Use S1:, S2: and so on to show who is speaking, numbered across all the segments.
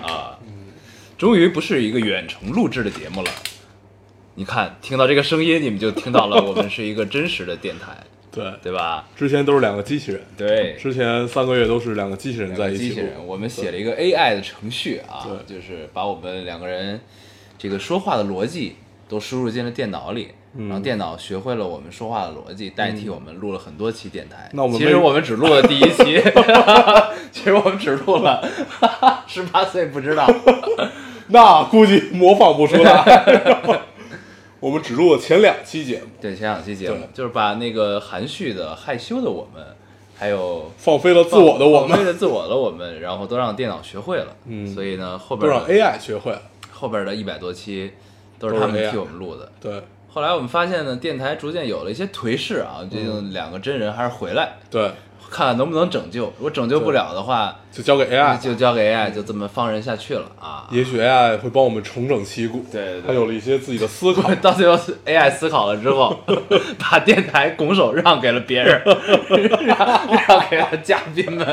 S1: 啊！终于不是一个远程录制的节目了。你看，听到这个声音，你们就听到了我们是一个真实的电台，
S2: 对，
S1: 对吧？
S2: 之前都是两个机器人，
S1: 对，
S2: 之前三个月都是两个机器人
S1: 两
S2: 在
S1: 个
S2: 一起
S1: 机器
S2: 录，
S1: 人，我们写了一个 AI 的程序啊，
S2: 对
S1: 就是把我们两个人这个说话的逻辑都输入进了电脑里。
S2: 嗯
S1: 然后电脑学会了我们说话的逻辑，代替我们录了很多期电台。
S2: 那我们
S1: 其
S2: 为
S1: 实我们只录了第一期， 其实我们只录了 十八岁不知道。
S2: 那估计模仿不出 来。 我们只录了前两期节目，
S1: 对，前两期节目
S2: 对
S1: 就是把那个含蓄的、害羞的我们，还有
S2: 放飞了自我的我
S1: 放飞
S2: 们，
S1: 的自我的我们，然后都让电脑学会了。
S2: 嗯
S1: 所以呢，后
S2: 都
S1: 边
S2: 让
S1: 的
S2: AI 学会了。
S1: 后边的一百多期都
S2: 都
S1: 是
S2: 是
S1: 他们
S2: AI
S1: 替我们录的。
S2: 对
S1: 后来我们发现呢，电台逐渐有了一些颓势啊，最近两个真人还是回来，
S2: 对，
S1: 看看能不能拯救。如果拯救不了的话，
S2: 就交给 AI，
S1: 就交给 AI，就这么放任下去了啊。
S2: 也许 AI 会帮我们重整旗鼓。
S1: 对对对
S2: 他有了一些自己的思考。
S1: 到最后是 AI 思考了之 后，把电台拱手让给了别人，让让给了嘉宾们。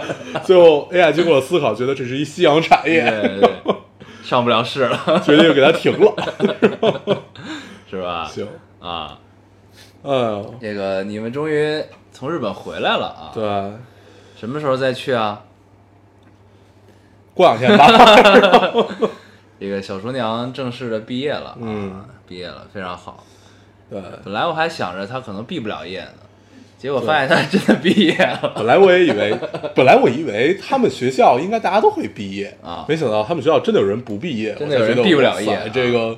S2: 最后 AI 经过了思考，觉得这是一夕阳产
S1: 对
S2: 业，
S1: 对对，上不了市了，
S2: 决定给它停了。
S1: 是吧？
S2: 行，
S1: 啊，
S2: 嗯，
S1: 这个你们终于从日本回来了啊！，
S2: 对，
S1: 什么时候再去啊？
S2: 过两天 吧。
S1: 这个小厨娘正式的毕业了，啊
S2: 嗯，
S1: 毕业了，非常好。
S2: 对。
S1: 本来我还想着她可能毕不了业呢，结果发现她真的毕业 了。
S2: 本来我也以 为，本来我以为他们学校应该大家都会毕业
S1: 啊
S2: 没想到他们学校真的有人不毕业，
S1: 真的有人
S2: 我才觉得
S1: 毕不了业
S2: 哇塞
S1: 啊
S2: 这个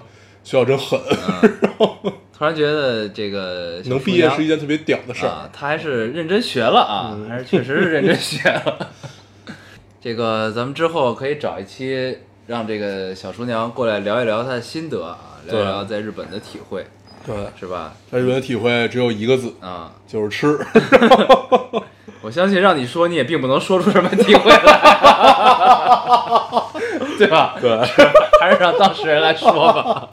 S2: 学校真狠，
S1: 突然觉得这个小
S2: 能
S1: 厨
S2: 毕业
S1: 娘
S2: 是一件特别屌的事儿。嗯
S1: 啊，他还是认真学了啊，还是确实是认真学 了。这个咱们之后可以找一期让这个小厨娘过来聊一聊她的心得啊，聊一
S2: 对
S1: 聊在日本的体会，
S2: 对，
S1: 是吧？
S2: 在日本的体会只有一个字，
S1: 啊、
S2: 就 是吃。
S1: 我相信让你说你也并不能说出什么体会 来，对吧？
S2: 对，
S1: 还是让当事人来说 吧。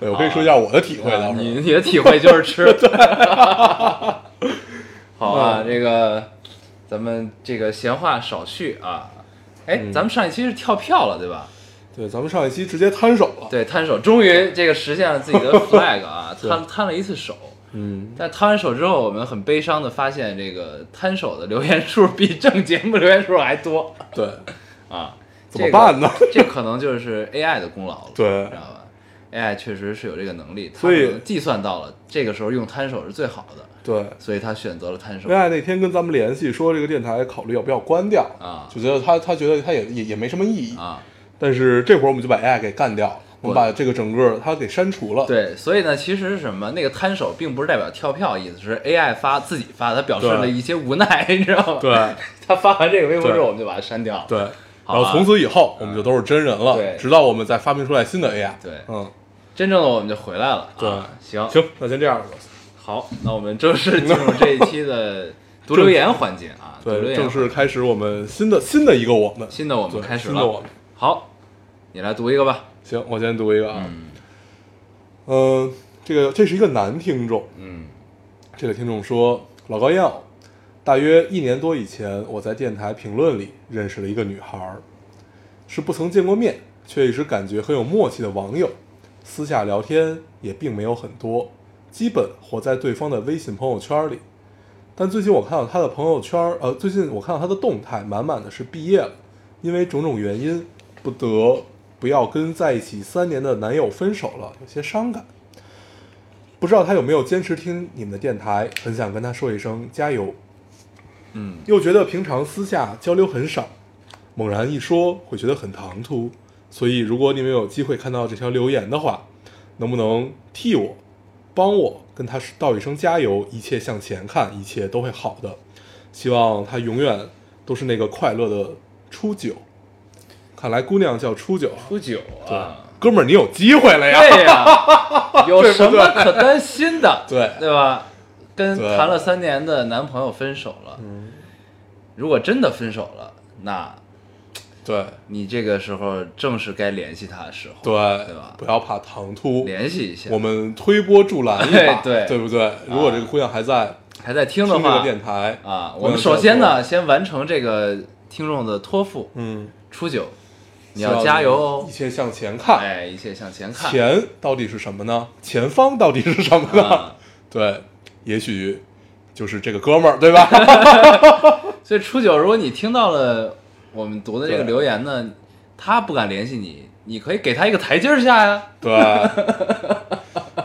S2: 对我可以说一下我的体会，
S1: 啊
S2: 到时候
S1: 你你的体会就是 吃。 好
S2: 嗯
S1: 啊，这个咱们这个闲话少叙啊。哎，
S2: 嗯
S1: 咱们上一期是跳票了，对吧？
S2: 对，咱们上一期直接摊手了。
S1: 对，摊手终于这个实现了自己 的 flag 啊，摊摊了一次手。
S2: 嗯，
S1: 但摊完手之后，我们很悲伤的发现，这个摊手的留言数比正节目留言数还多
S2: 对，
S1: 啊！
S2: 怎 么办呢
S1: 这个？这可能就是 AI 的功劳了，
S2: 对
S1: 知道吧？AI 确实是有这个能力，它
S2: 嗯所以
S1: 可能计算到了这个时候用摊手是最好的，
S2: 对。
S1: 所以他选择了摊手
S2: 另。外那天跟咱们联系说，这个电台考虑要不要关掉
S1: 啊
S2: 就觉得他他觉得他也也也没什么意义
S1: 啊，
S2: 但是这会儿我们就把 AI 给干掉了，我们把这个整个它给删除了。
S1: 对，所以呢，其实是什么？那个摊手并不是代表跳票，意思是 AI 发自己发，他表示
S2: 对
S1: 了一些无奈， 你知道吗？，
S2: 对
S1: 他发完这个微博之后，
S2: 对
S1: 我们就把它删掉了。
S2: 对，
S1: 好
S2: 然
S1: 啊
S2: 后从此以后我们就都是真人了，
S1: 对
S2: 直到我们再发明出来新的 AI。
S1: 对
S2: 嗯，
S1: 真正的我们就回来了啊。
S2: 对
S1: 行
S2: 行，那先这样吧。
S1: 好，那我们正式进入这一期 的读留言环节啊。读留
S2: 对，
S1: 言
S2: 正式开始我们新的新的一个我们，
S1: 新的我们
S2: 对
S1: 开始了。
S2: 新的我们。
S1: 好，你来读一个吧。
S2: 行，我先读一个啊。嗯，这个这是一个男听众，
S1: 嗯
S2: 这个听众说：“老高要，大约一年多以前，我在电台评论里认识了一个女孩儿，是不曾见过面，却一直感觉很有默契的网友。私下聊天也并没有很多，基本活在对方的微信朋友圈里。但最近我看到她的朋友圈儿，呃，最近我看到她的动态，满满的是毕业了，因为种种原因，不得不要跟在一起三年的男友分手了，有些伤感。”不知道他有没有坚持听你们的电台，很想跟他说一声加油。
S1: 嗯，
S2: 又觉得平常私下交流很少，猛然一说会觉得很唐突，所以如果你们有机会看到这条留言的话，能不能替我帮我跟他道一声加油？一切向前看，一切都会好的。希望他永远都是那个快乐的初九。看来姑娘叫初九啊，
S1: 初九啊，
S2: 哥们儿，你有机会了呀！
S1: 对呀、 有什么可担心的？
S2: 对
S1: 对吧？跟
S2: 对嗯
S1: 谈了三年的男朋友分手了，如果真的分手了，那
S2: 对
S1: 你这个时候正是该联系他的时候，
S2: 对
S1: 对吧
S2: 不要怕唐突，
S1: 联系一下。
S2: 我们推波助澜一把，
S1: 对对
S2: 不对？如果这个姑娘还在
S1: 还在听
S2: 听
S1: 的
S2: 这个
S1: 话
S2: 电台
S1: 啊，我们首先呢，，先完成这个听众的托付，
S2: 嗯，
S1: 初九，你
S2: 希望
S1: 要加油哦
S2: 一！切向前看。
S1: 哎，一切向前看。
S2: 前到底是什么呢？前方到底是什么呢
S1: 啊？
S2: 对，也许就是这个哥们儿，对吧？
S1: 所以初九，如果你听到了我们读的这个
S2: 对
S1: 留言呢，他不敢联系你，你可以给他一个台阶儿下呀。
S2: 对，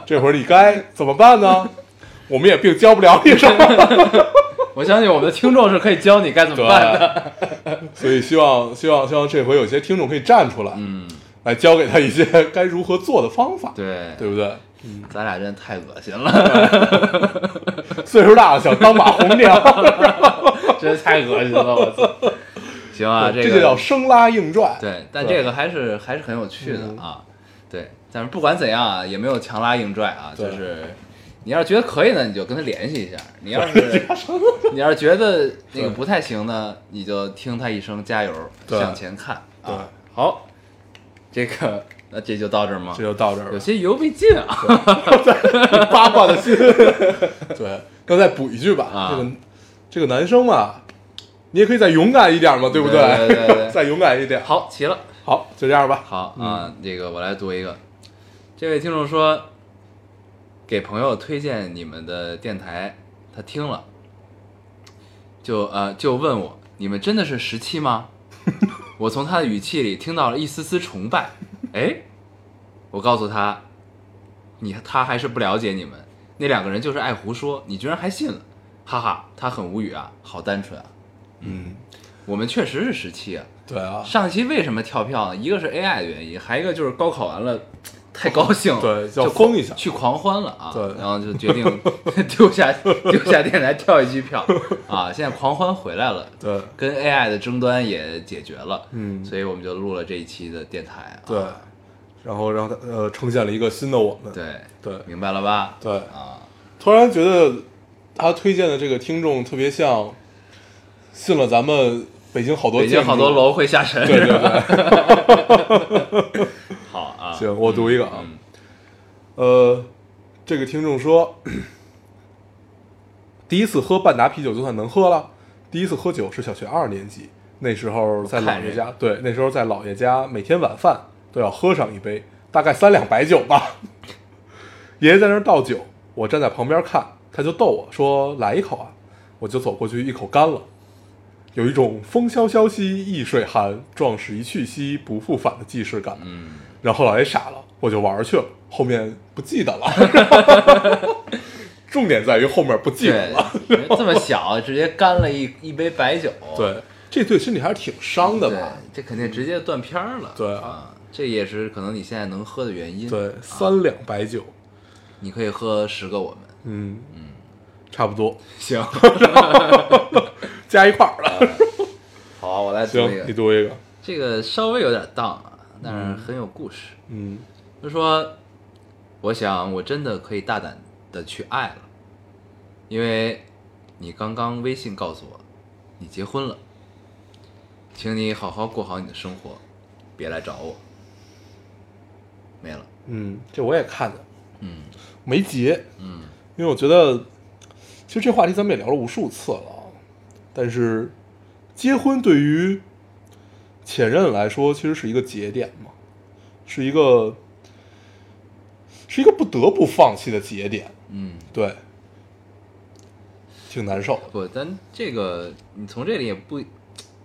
S2: 这会儿你该怎么办呢？我们也并教不了你什么，
S1: 我相信我们的听众是可以教你该怎么办的。
S2: 对，所以希望希望希望这回有些听众可以站出来，
S1: 嗯，
S2: 来教给他一些该如何做的方法，
S1: 对，
S2: 对不啊对？
S1: 咱俩真的太恶心了，
S2: 岁数大了想当马红
S1: 啊
S2: 娘，
S1: 真的太恶心了，我操！行啊，
S2: 这
S1: 个
S2: 就叫生拉硬拽。
S1: 对，但
S2: 对
S1: 这个还是还是很有趣的
S2: 嗯
S1: 啊。对，但是不管怎样啊，也没有强拉硬拽啊，就
S2: 对
S1: 是你要是觉得可以呢，你就跟他联系一下；你要 是你要是觉得那个
S2: 对
S1: 不太行呢，你就听他一声加油，
S2: 对
S1: 向前看
S2: 对
S1: 啊。好，这个那这就到这儿吗
S2: 这？就到这儿
S1: 有
S2: 了，
S1: 些油没进啊，
S2: 八卦的心。 对，那再补一句吧，
S1: 啊
S2: 这个这个男生嘛，你也可以再勇敢一点嘛，对不
S1: 对对对对
S2: 再勇敢一点。
S1: 好，齐了。
S2: 好，就这样吧。
S1: 好啊，这个我来读一个。这位听众说，给朋友推荐你们的电台，他听了，就呃就问我，你们真的是十七吗？ 我从他的语气里听到了一丝丝崇拜。哎，我告诉他，你他还是不了解你们，那两个人就是爱胡说，你居然还信了，哈哈，他很无语啊，好单纯啊。
S2: 嗯，
S1: 我们确实是十七啊，
S2: 对啊，
S1: 上一期为什么跳票呢？一个是 AI 的原因，还一个就是高考完 了太高兴了，
S2: 对
S1: 就
S2: 要疯一下
S1: 去狂欢了啊！
S2: 对
S1: 然后就决 定丢下丢下电台跳一期票啊！现在狂欢回来了，
S2: 对
S1: 跟 AI 的争端也解决了，
S2: 嗯
S1: 所以我们就录了这一期的电台、啊，
S2: 对，然后让他呃呈现了一个新的我们。
S1: 对
S2: 对
S1: 明白了吧？
S2: 对，
S1: 啊，
S2: 突然觉得他推荐的这个听众特别像信了咱们北京好多
S1: 北京好多
S2: 建筑。
S1: 楼会下沉，
S2: 对对
S1: 是吧
S2: 对，
S1: 好啊，
S2: 行，我读一个啊。
S1: 嗯
S2: 呃，这个听众说，第一次喝半打啤酒就算能喝了。第一次喝酒是小学二年级，那时候在姥爷家，对，那时候在姥爷家，每天晚饭都要喝上一杯，大概三两白酒吧。 爷爷在那儿倒酒，我站在旁边看，他就逗我说：“来一口啊！”我就走过去，一口干了。有一种风萧萧兮易水寒，壮士一去兮不复返的既视感。
S1: 嗯，
S2: 然后老爷傻了，我就玩儿去了，后面不记得了。重点在于后面不记得
S1: 对
S2: 了。，
S1: 这么小直接干了一一杯白酒，
S2: 对，这对身体还是挺伤的
S1: 对
S2: 吧？，
S1: 这肯定直接断片儿了。
S2: 对
S1: 啊，这也是可能你现在能喝的原因。
S2: 对，三两白酒，
S1: 你可以喝十个我 们。
S2: 嗯嗯，差不多
S1: 行，
S2: 加一块儿了。
S1: 好，我来读
S2: 行
S1: 一，
S2: 你
S1: 个，
S2: 读一个。
S1: 这个稍微有点荡啊，但是很有故事。
S2: 嗯
S1: 他说：“我想我真的可以大胆的去爱了，因为你刚刚微信告诉我你结婚了，请你好好过好你的生活，别来找我。”没了，
S2: 嗯，这我也看见了，
S1: 嗯
S2: 没结，
S1: 嗯，
S2: 因为我觉得其实这话题咱们也聊了无数次了啊，但是结婚对于前任来说，其实是一个节点嘛，是一个是一个不得不放弃的节点，
S1: 嗯。
S2: 对，挺难受的。
S1: 不，但这个你从这里也不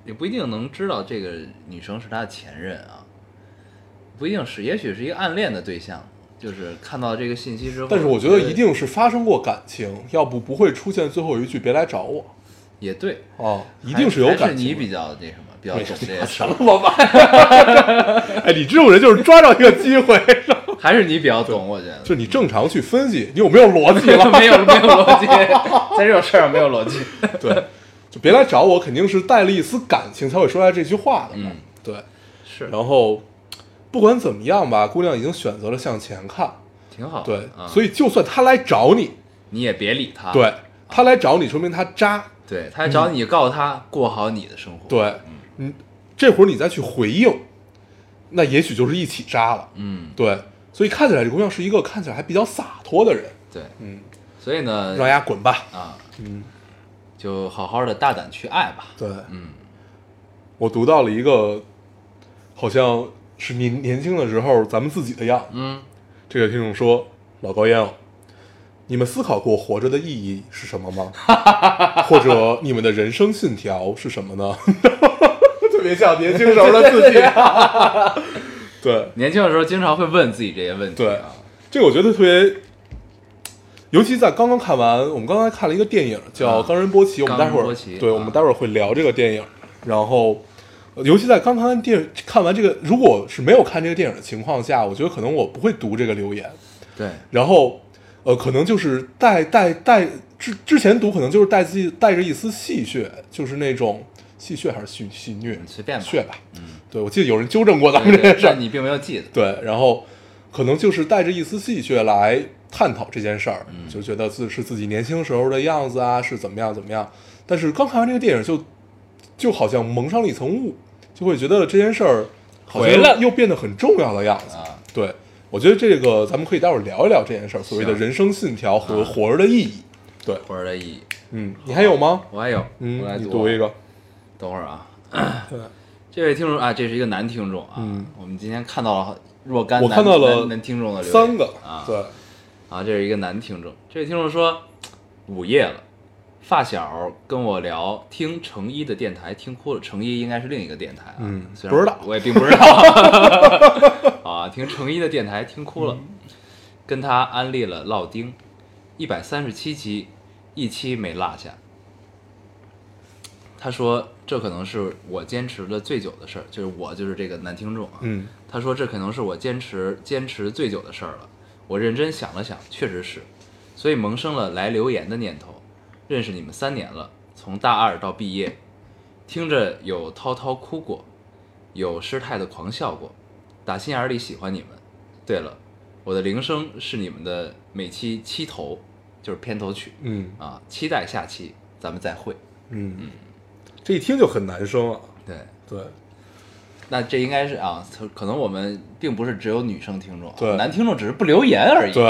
S1: 也不一定能知道这个女生是他的前任啊，不一定是，也许是一个暗恋的对象，就是看到这个信息之后，
S2: 但是我觉得一定是发生过感情，要不不会出现最后一句“别来找我
S1: 也对，”
S2: 啊，一定有
S1: 还
S2: 感
S1: 是
S2: 情的。
S1: 你比较那什么，比较
S2: 没
S1: 懂这些事
S2: 什
S1: 儿
S2: 么，王八蛋 哎，你这种人就是抓着一个机会，
S1: 还是你比较懂，我觉得
S2: 就是你正常去分析，你有没有逻辑了？
S1: 没有 没有逻辑，在这种事儿上没有逻辑，
S2: 对，就别来找我，肯定是带了一丝感情才会说出来这句话的嘛。
S1: 嗯
S2: 对，
S1: 是
S2: 然后不管怎么样吧，姑娘已经选择了向前看，
S1: 挺好
S2: 对
S1: 的，，啊、
S2: 所以就算他来找你，
S1: 你也别理他，
S2: 对他来找你，说明他渣，
S1: 对，他找你，告诉他过好你的生活，
S2: 对，嗯，这会儿你再去回应，那也许就是一起渣了，
S1: 嗯，
S2: 对，所以看起来这姑娘是一个看起来还比较洒脱的人，
S1: 对，
S2: 嗯，
S1: 所以呢，
S2: 让丫滚吧，
S1: 啊，
S2: 嗯，
S1: 就好好的大胆去爱吧，
S2: 对，
S1: 嗯，
S2: 我读到了一个，好像是年年轻的时候咱们自己的样子。
S1: 嗯，
S2: 这个听众说：“老高烟，你们思考过活着的意义是什么吗？或者你们的人生信条是什么呢？” 特别像年轻时候的 自己。对
S1: 年轻的时候经常会问自己这些问题
S2: 对
S1: 啊，，
S2: 这个我觉得特别，尤其在刚刚看完，我们刚才看了一个电影叫
S1: 啊
S2: 《冈仁波齐》，我们
S1: 冈
S2: 待
S1: 仁
S2: 会
S1: 波
S2: 儿
S1: 齐
S2: 对，
S1: 啊
S2: 我们待会儿会聊这个电影。然后，呃尤其在刚刚电看完这个，如果是没有看这个电影的情况下，我觉得可能我不会读这个留言。
S1: 对
S2: 然后，呃，可能就是带带带之之前读，可能就是带自己带着一丝戏谑，就是那种戏谑还是戏戏虐
S1: 你随便吧，
S2: 谑吧。嗯，对，我记得有人纠正过咱们
S1: 对对
S2: 这件 事儿
S1: 但。你并没有记得，
S2: 对，然后可能就是带着一丝戏谑来探讨这件事儿，
S1: 嗯
S2: 就觉得自是自己年轻时候的样子啊，是怎么样怎么样。但是刚看完这个电影就，就好像蒙上了一层雾，就会觉得这件事儿好像
S1: 回了
S2: 又又变得很重要的样子。
S1: 啊，
S2: 对，我觉得这个咱们可以待会儿聊一聊这件事儿，所谓的
S1: 行
S2: 人生信条和
S1: 啊
S2: 活着的意义。对，
S1: 活着的意义，
S2: 嗯，你还有吗？
S1: 我还有，我来
S2: 嗯，你
S1: 啊
S2: 读一个，
S1: 等会儿啊， 这位听众啊，这是一个男听众啊，
S2: 嗯
S1: 我们今天看到了若干
S2: 我
S1: 男
S2: 看到了
S1: 男男听众的留言
S2: 三个
S1: 啊，
S2: 对，
S1: 啊，这是一个男听众，这位听众说午夜了，发小跟我聊听成一的电台，听哭了，成一应该是另一个电台啊，
S2: 嗯
S1: 虽然
S2: 不知道
S1: 我也并不知道 啊，听成一的电台听哭了，
S2: 嗯
S1: 跟他安利了烙丁，一百三十七期，一期没落下。他说：“这可能是我坚持的最久的事儿，就是我就是这个男听众啊。
S2: 嗯
S1: 他说这可能是我坚持坚持最久的事儿了。我认真想了想，确实是，所以萌生了来留言的念头。认识你们三年了，从大二到毕业，听着有涛涛哭过，有师太的狂笑过，打心眼儿里喜欢你们。对了，我的铃声是你们的每期七头，就是片头曲
S2: 嗯
S1: 啊，期待下期咱们再会。
S2: 嗯，这一听就很男生啊，
S1: 对，
S2: 对。
S1: 嗯那这应该是啊，可能我们并不是只有女生听众，啊
S2: 对
S1: 男听众只是不留言而已。
S2: 对，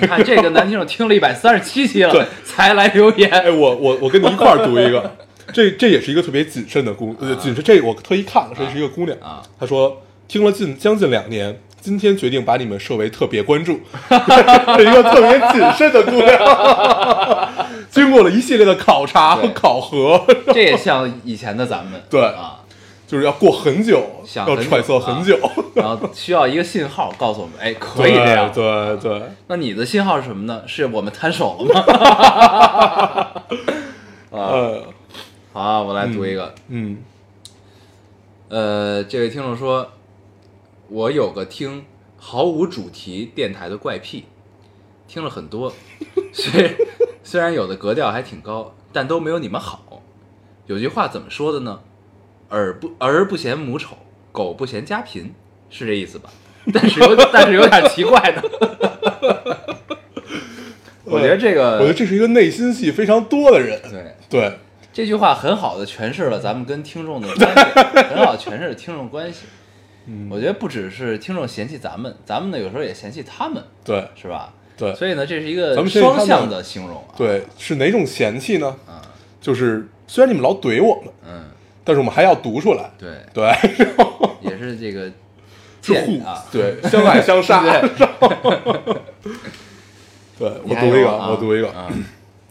S1: 你看这个男听众听了一百三十七期了，
S2: 哎对
S1: 才来留
S2: 哎，
S1: 言。
S2: 我我我跟你一块儿读一个，这这也是一个特别谨慎的姑，呃，谨慎。这我特意看了，这是一个姑娘
S1: 啊，
S2: 她说听了近将近两年，今天决定把你们设为特别 关注，是一个特别谨慎的姑娘。经过了一系列的考察和
S1: 对
S2: 考核，
S1: 这也像以前的咱们，
S2: 对
S1: 啊，
S2: 就是要过很久，
S1: 想
S2: 要
S1: 很久
S2: 揣测很久。
S1: 然后需要一个信号告诉我们，哎，可以
S2: 对
S1: 这样。
S2: 对对，
S1: 那你的信号是什么呢？是我们摊手了吗？啊
S2: 呃，
S1: 好啊，我来读一个。
S2: 嗯
S1: 呃，这位听众说，我有个听毫无主题电台的怪癖，听了很多， 虽虽然有的格调还挺高，但都没有你们好。有句话怎么说的呢？耳不儿不嫌母丑，狗不嫌家贫，是这意思吧？但是有但是有点奇怪的。 我觉得这个，
S2: 我觉得这是一个内心戏非常多的人。
S1: 对
S2: 对，
S1: 这句话很好的诠释了咱们跟听众的关系，很好地诠释了听众关系。
S2: 嗯
S1: 我觉得不只是听众嫌弃咱们，咱们呢有时候也嫌弃他们，
S2: 对
S1: 是吧？
S2: 对，
S1: 所以呢，这是一
S2: 咱
S1: 个
S2: 们先看
S1: 双
S2: 看
S1: 向的形容啊。
S2: 对，是哪种嫌弃呢？
S1: 啊
S2: 就是虽然你们老怼我们，
S1: 嗯，
S2: 但是我们还要读出来。
S1: 对，
S2: 对，
S1: 也是这个
S2: 是
S1: 贱
S2: 互
S1: 啊，
S2: 对相爱相杀。对， 我
S1: 你还有
S2: 读一个，
S1: 啊
S2: 我读一个，
S1: 啊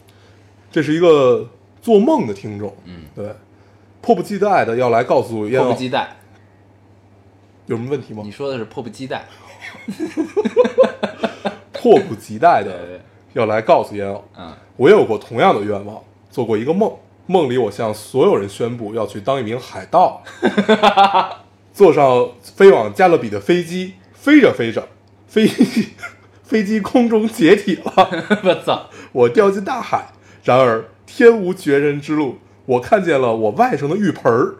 S2: 这是一个做梦的听众，
S1: 嗯，
S2: 对，迫不及待的要来告诉燕
S1: 迫不
S2: 老
S1: 及待。
S2: 有什么问题吗
S1: 你？说的是迫不及待，
S2: 迫不及待
S1: 对
S2: 的
S1: 对
S2: 要来告诉燕老，
S1: 嗯
S2: 我也有过同样的愿望，做过一个梦，梦里我向所有人宣布要去当一名 海盗，坐上飞往加勒比的飞机，飞着飞着，飞机 飞机空中解体了，
S1: 我操，
S2: 我掉进大海。然而天无绝人之路，我看见了我外甥的浴盆儿，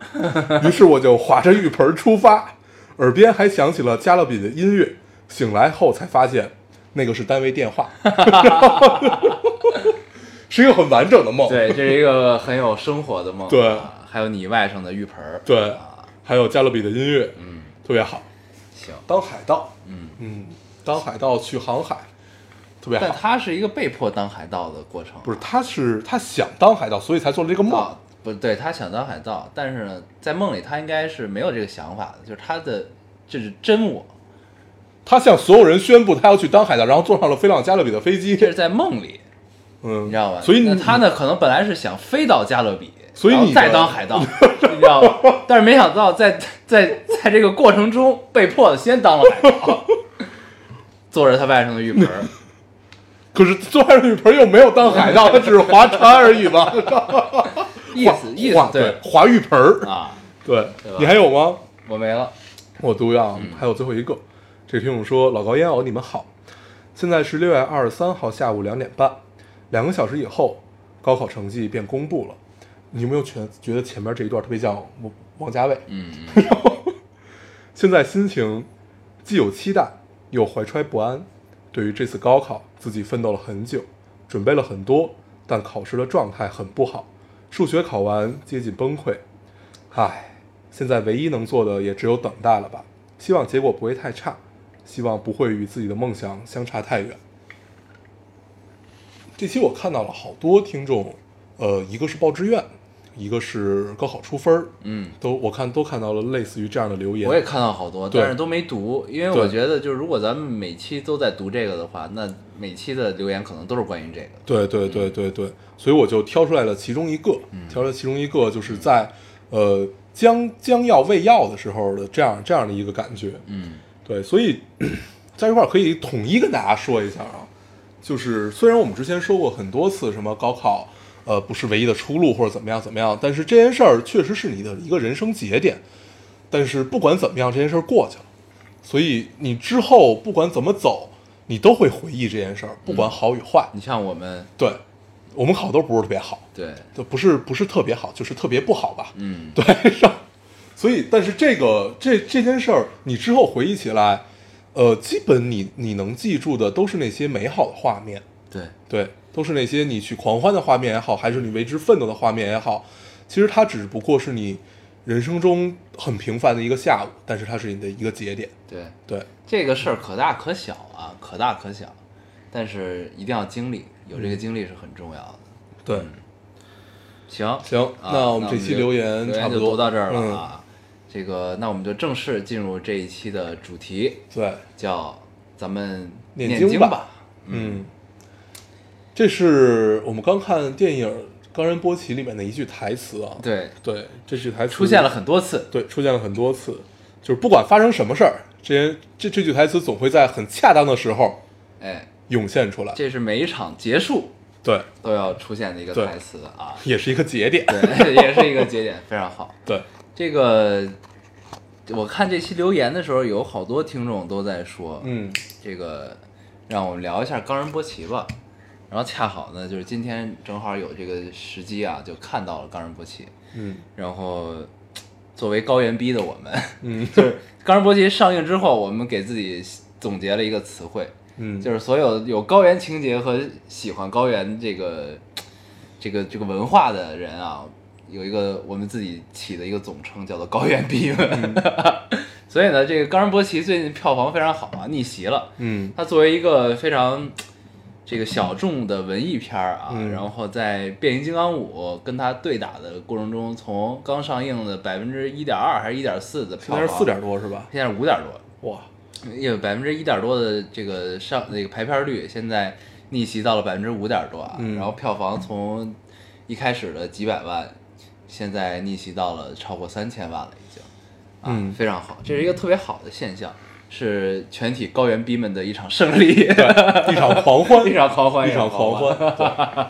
S2: 于是我就划着浴盆儿出发，耳边还响起了加勒比的音乐。醒来后才发现，那个是单位电 话，是一个很完整的梦。
S1: 对，这是一个很有生活的梦。
S2: 对
S1: 啊还有你外甥的浴盆儿。
S2: 对
S1: 啊，
S2: 还有加勒比的音乐，
S1: 嗯，
S2: 特别好。
S1: 行，
S2: 当海盗，
S1: 嗯，
S2: 嗯，当海盗去航海，特别
S1: 但
S2: 好。
S1: 他是一个被迫当海盗的过程，
S2: 不是，他是他想当海盗，所以才做了这个梦
S1: 啊。，不对，他想当海盗，但是呢，在梦里他应该是没有这个想法的，就是他的这是真我，
S2: 他向所有人宣布他要去当海盗，然后坐上了飞往加勒比的飞 机。
S1: 这是在梦里，
S2: 嗯，
S1: 你知道吧？
S2: 所以
S1: 那
S2: 你
S1: 他呢，可能本来是想飞到加勒比，
S2: 所以
S1: 然后
S2: 你的
S1: 再当海盗， 你知道吧？但是没想到在在在这个过程中，被迫的先当了海盗， 坐着他外甥的浴盆 儿，
S2: 可是坐上浴盆又没有当海盗，他只是划船而已嘛。
S1: 意思意
S2: 划
S1: 思
S2: 对，划浴盆儿。
S1: 啊，
S2: 对
S1: 对吧嗯
S2: 你还有吗？
S1: 我没了，
S2: 我读一下啊，还有最后一个。这个听众说：“老高烟偶，你们好，现在是六月二十三号下午两点半，两个小时以后，高考成绩便公布了。你有没有觉觉得前面这一段特别像王王家卫？
S1: 嗯，
S2: 现在心情既有期待，又怀揣不安。对于这次高考，自己奋斗了很久，准备了很多，但考试的状态很不好，数学考完接近崩溃。唉，现在唯一能做的也只有等待了吧。希望结果不会太差，希望不会与自己的梦想相差太远。这期我看到了好多听众，呃，一个是报志愿，一个是高考出分儿，
S1: 嗯，
S2: 都我看都看到了类似于这样的留言。
S1: 我也看到好多，
S2: 对
S1: 但是都没读，因为
S2: 对
S1: 我觉得就是如果咱们每期都在读这个的话，那每期的留言可能都是关于这个。
S2: 对对对对对，所以我就挑出来了其中一个，挑出来其中一个就是在呃将将要喂药的时候的这样这样的一个感觉，
S1: 嗯
S2: 对，所以 在这块儿可以统一跟大家说一下啊，就是虽然我们之前说过很多次什么高考呃不是唯一的出路或者怎么样怎么样，但是这件事儿确实是你的一个人生节点，但是不管怎么样，这件事儿过去了，所以你之后不管怎么走，你都会回忆这件事儿，不管好与坏。
S1: 你像我们
S2: 对，我们考都不是特别好，
S1: 对，
S2: 就不是不是特别好，就是特别不好吧？
S1: 嗯，
S2: 对，是吧。所以，但是这个这这件事儿，你之后回忆起来，呃，基本你你能记住的都是那些美好的画面，
S1: 对，
S2: 对，都是那些你去狂欢的画面也好，还是你为之奋斗的画面也好，其实它只不过是你人生中很平凡的一个下午，但是它是你的一个节点，
S1: 对，
S2: 对，
S1: 这个事儿可大可小啊，可大可小，但是一定要经历，有
S2: 嗯
S1: 这个经历是很重要的。
S2: 对。
S1: 行
S2: 行
S1: 啊
S2: 那
S1: 那
S2: 我们这期留言
S1: 就
S2: 差不
S1: 留言就
S2: 多嗯
S1: 读到这儿了啊。这个，那我们就正式进入这一期的主题，
S2: 对，
S1: 叫咱们
S2: 念
S1: 念
S2: 经
S1: 经
S2: 吧嗯，这是我们刚看电影《冈仁波齐》里面的一句台词啊。
S1: 对，
S2: 对，这句台词
S1: 出现了，很多次，
S2: 对，出现了很多次，就是不管发生什么事儿，这些这这句台词总会在很恰当的时候
S1: 哎，
S2: 涌现出来。
S1: 这是每一场结束
S2: 对，
S1: 都要出现的一个
S2: 对
S1: 台词啊，
S2: 也是一个节点。
S1: 对， 也是一个节点，非常好。
S2: 对，
S1: 这个我看这期留言的时候，有好多听众都在说，
S2: 嗯，
S1: 这个让我们聊一下冈仁波齐吧。然后恰好呢，就是今天正好有这个时机啊，就看到了冈仁波齐。
S2: 嗯，
S1: 然后作为高原逼的我们，
S2: 嗯，
S1: 就是冈仁波齐上映之后，我们给自己总结了一个词汇，
S2: 嗯，
S1: 就是所有有高原情节和喜欢高原这个这个这个文化的人啊，有一个我们自己起的一个总称，叫做高原逼们。 所以呢，这个《冈仁波齐》最近票房非常好啊，逆袭了。
S2: 嗯
S1: 它作为一个非常这个小众的文艺片儿啊，
S2: 嗯
S1: 然后在《变形金刚五》跟它对打的过程中，从刚上映的百分之一点二还是一点四的
S2: 现
S1: 票
S2: 在是
S1: 房，
S2: 四，点多是吧？
S1: 现在是五点多，
S2: 哇，
S1: 有百分之一点多的这个上那个排片率，现在逆袭到了百分之五点多啊。
S2: 嗯
S1: 然后票房从一开始的几百万，现在逆袭到了超过三千万了，已经。啊，
S2: 嗯
S1: 非常好，这是一个特别好的现象，是全体高原逼们的一场胜 利，
S2: 一场狂 欢，
S1: 一场狂欢，
S2: 一场狂
S1: 欢。
S2: 欢。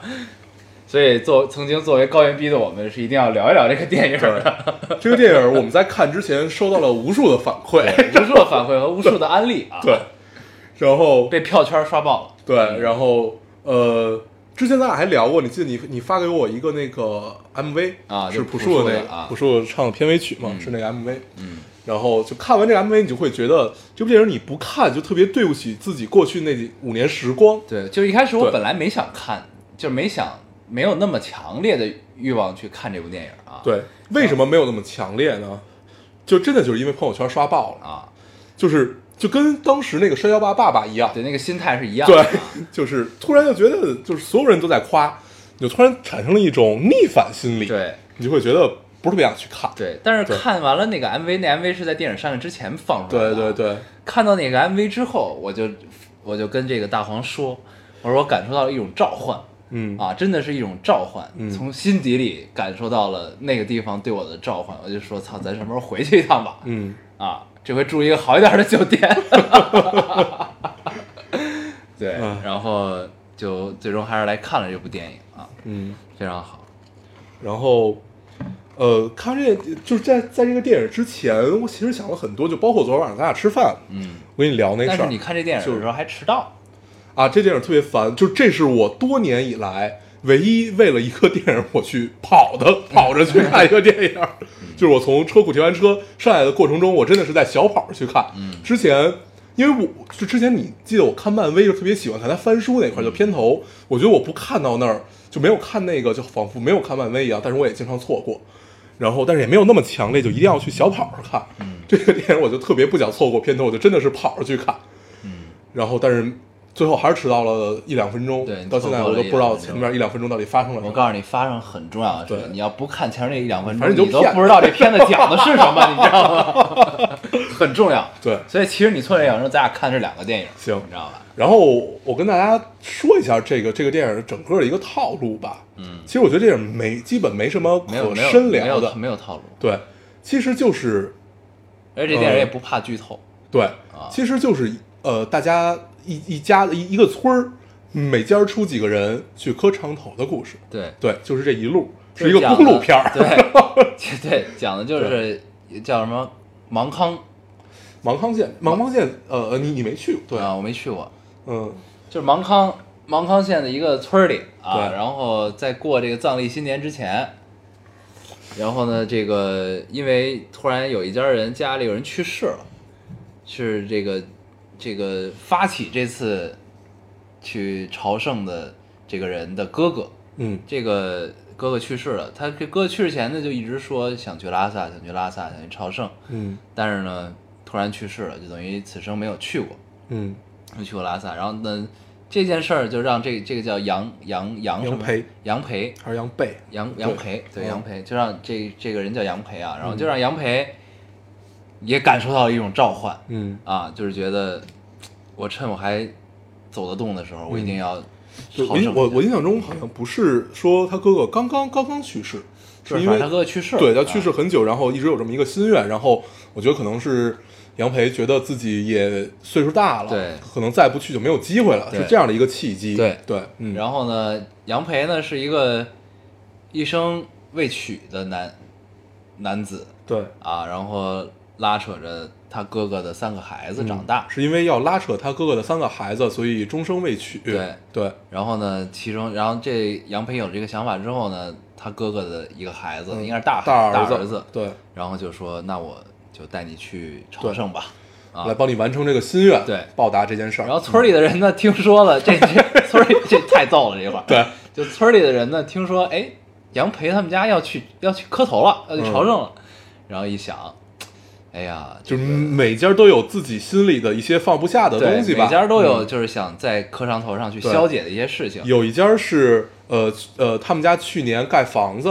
S2: 对
S1: 所以作曾经作为高原逼的我们，是一定要聊一聊这个电影的，
S2: 这个电影我们在看之前收到了无数的反馈，
S1: 无数的反馈和无数的 安利啊，
S2: 对，然后
S1: 被票圈刷爆了。
S2: 对，然后呃，之前咱俩还聊过，你记得你你发给我一个那个 MV
S1: 啊就是朴
S2: 朴
S1: 树
S2: 树
S1: 的
S2: 那个
S1: 啊
S2: 朴树唱的片尾曲嘛，
S1: 嗯
S2: 是那个 MV。
S1: 嗯，
S2: 然后就看完这个 MV，你就会觉得这部电影你不看就特别对不起自己过去那几五年时光。
S1: 对，就一开始我
S2: 对
S1: 本来没想看，就是没想没有那么强烈的欲望去看这部电影啊。
S2: 对，为什么没有那么强烈呢？就真的就是因为朋友圈刷爆了，
S1: 啊，
S2: 就是就跟当时那个摔跤吧爸爸一样，
S1: 对，那个心态是一样的
S2: 对
S1: 啊。，
S2: 就是突然就觉得就是所有人都在夸，你就突然产生了一种逆反心理，
S1: 对
S2: 你就会觉得不是特别想去看。
S1: 对，但是
S2: 对
S1: 看完了那个 MV，那 MV 是在电影上映之前放出来的。啊
S2: 对对，对，
S1: 看到那个 MV 之后，我就我就跟这个大黄说，我说我感受到了一种召唤。
S2: 嗯
S1: 啊，真的是一种召唤，
S2: 嗯
S1: 从心底里感受到了那个地方对我的召唤，我就说操，咱什么时候回去一趟吧？
S2: 嗯，
S1: 啊，这回住一个好一点的酒店。 对，
S2: 嗯
S1: 然后就最终还是来看了这部电影啊，
S2: 嗯，
S1: 非常好。
S2: 然后，呃，看这就是在在这个电影之前，我其实想了很多，就包括昨天晚上咱俩吃饭，
S1: 嗯，
S2: 我跟你聊那
S1: 但是
S2: 事儿
S1: 你看这电影的时候还迟到，
S2: 啊，这电影特别烦，就这是我多年以来唯一为了一个电影我去跑的，跑着去看一个电影，就是我从车库停完车上来的过程中，我真的是在小跑着去看。
S1: 嗯
S2: 之前。因为我就之前你记得我看漫威就特别喜欢看他翻书那块儿，就片头，我觉得我不看到那儿就没有看那个，就仿佛没有看漫威一样。但是我也经常错过，然后但是也没有那么强烈，就一定要去小跑着看。
S1: 嗯
S2: 这个电影我就特别不想错过片头，我就真的是跑着去看。
S1: 嗯
S2: 然后但是最后还是迟到了一两分钟，
S1: 对
S2: 到现在我都不知道前面一两分钟到底发生了什
S1: 我
S2: 么。
S1: 告诉你，发生很重要的事
S2: 对
S1: 情，你要不看前面那一两分
S2: 反
S1: 钟，
S2: 正就
S1: 你都
S2: 骗
S1: 不知道这片子讲的是什 么，你知道吗？ 很重要。
S2: 对
S1: 所以其实你错这两分钟，咱俩看这两个电影，
S2: 行
S1: 你知道吧？
S2: 然后我跟大家说一下这个这个电影整个的一个套路吧。
S1: 嗯
S2: 其实我觉得这影没基本没什么
S1: 没有
S2: 可
S1: 没有
S2: 深
S1: 没
S2: 聊
S1: 有
S2: 的。
S1: 没有套路，
S2: 对，其实就是
S1: 而且这电影
S2: 呃
S1: 也不怕剧透。
S2: 对，
S1: 啊
S2: 其实就是呃，大家一一家一一个村儿，每家出几个人去磕长头的故事。
S1: 对，
S2: 对，就是这一路
S1: 就是
S2: 一个
S1: 讲
S2: 公路
S1: 的
S2: 片 儿。
S1: 对对，讲的就是叫什么盲康
S2: 芒康县，芒康县，呃，你你没去过？对，
S1: 啊，我没去过，
S2: 嗯，
S1: 就是盲康盲康县的一个村儿里啊，
S2: 对
S1: 然后在过这个藏历新年之前，然后呢，这个因为突然有一家人家里有人去世了，是这个这个发起这次去朝圣的这个人的哥哥，
S2: 嗯
S1: 这个哥哥去世了，他这哥哥去世前呢就一直说想去拉萨，想去拉萨，想去朝圣，
S2: 嗯
S1: 但是呢突然去世了，就等于此生没有去过，
S2: 嗯，
S1: 没去过拉萨。然后呢这件事儿就让这这个叫杨杨杨什么
S2: 杨培
S1: 杨培
S2: 还是杨贝，
S1: 杨杨培对
S2: 嗯
S1: 杨培就让这这个人叫杨培啊，然后就让杨培也感受到了一种召唤
S2: 嗯，
S1: 啊，就是觉得我趁我还走得动的时候，我一定要
S2: 就
S1: 朝
S2: 我印
S1: 圣。
S2: 嗯我我印象中好像不是说他哥哥刚刚刚刚去世，
S1: 就是是
S2: 因
S1: 反
S2: 为
S1: 正他哥哥去世了，
S2: 对他
S1: 啊
S2: 去世很久，然后一直有这么一个心愿，然后我觉得可能是杨培觉得自己也岁数大了，
S1: 对
S2: 可能再不去就没有机会了，
S1: 对
S2: 是这样的一个契机，
S1: 对
S2: 对，嗯，
S1: 然后呢，杨培呢是一个一生未娶的男男子
S2: 对。
S1: 啊，然后拉扯着他哥哥的三个孩子长大。
S2: 嗯是因为要拉扯他哥哥的三个孩子，所以终生未娶。
S1: 对
S2: 对，
S1: 然后呢，其中，然后这杨培有了这个想法之后呢，他哥哥的一个孩子，应该是大
S2: 大
S1: 啊孩大
S2: 子，
S1: 儿子，
S2: 对，
S1: 然后就说：“那我就带你去朝圣吧。”啊
S2: 来帮你完成这个心愿，
S1: 对
S2: 报答这件事儿。
S1: 然后村里的人呢，听说了这这 村里这太逗了，这块儿
S2: 对，
S1: 就村里的人呢，听说哎，杨培他们家要去要去磕头了，要去朝圣了，然后一想，哎呀，
S2: 嗯就
S1: 这
S2: 是
S1: 个
S2: 每家都有自己心里的一些放不下的
S1: 对
S2: 东西吧，
S1: 每家都有
S2: 嗯。
S1: 就是想在磕长头上去
S2: 对
S1: 消解的一些事情，
S2: 有一家是呃呃，他们家去年盖房子，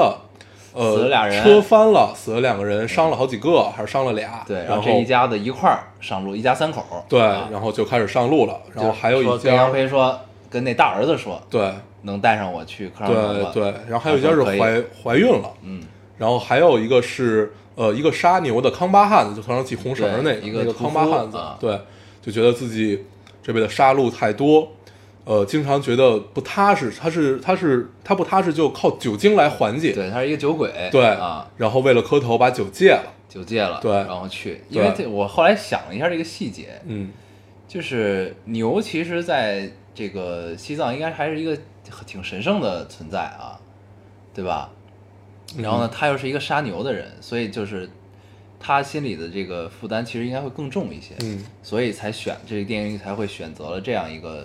S2: 呃，
S1: 死了俩人
S2: 车翻了，死了两个人，伤了好几个，还是伤了俩。
S1: 对，
S2: 然
S1: 后这一家子一块儿上路，一家三口儿，
S2: 对，
S1: 啊
S2: 然后就开始上路了。然后
S1: 就
S2: 还有
S1: 说
S2: 一
S1: 跟
S2: 家
S1: 杨，培说，跟那大儿子说，
S2: 对
S1: 能带上我去磕长头吗
S2: 对对，，然后还有一家是
S1: 他说可以
S2: 怀怀孕了，
S1: 嗯，
S2: 然后还有一个是呃一个杀牛的康巴汉子，就头上系红绳儿那
S1: 对一个
S2: 那个
S1: 屠夫
S2: 康巴汉子
S1: 啊，
S2: 对，就觉得自己这辈子杀戮太多，呃，经常觉得不踏实，他是他是他不踏实就靠酒精来缓解，
S1: 对，他是一个酒鬼，
S2: 对
S1: 啊，
S2: 然后为了磕头把酒戒了，
S1: 酒戒了，
S2: 对
S1: 然后去，因为
S2: 对
S1: 这我后来想了一下这个细节，
S2: 嗯
S1: 就是牛其实在这个西藏应该还是一个挺神圣的存在啊，对吧？然后
S2: 嗯
S1: 呢，他又是一个杀牛的人，所以就是他心里的这个负担其实应该会更重一些，
S2: 嗯，
S1: 所以才选这个电影才会选择了这样一个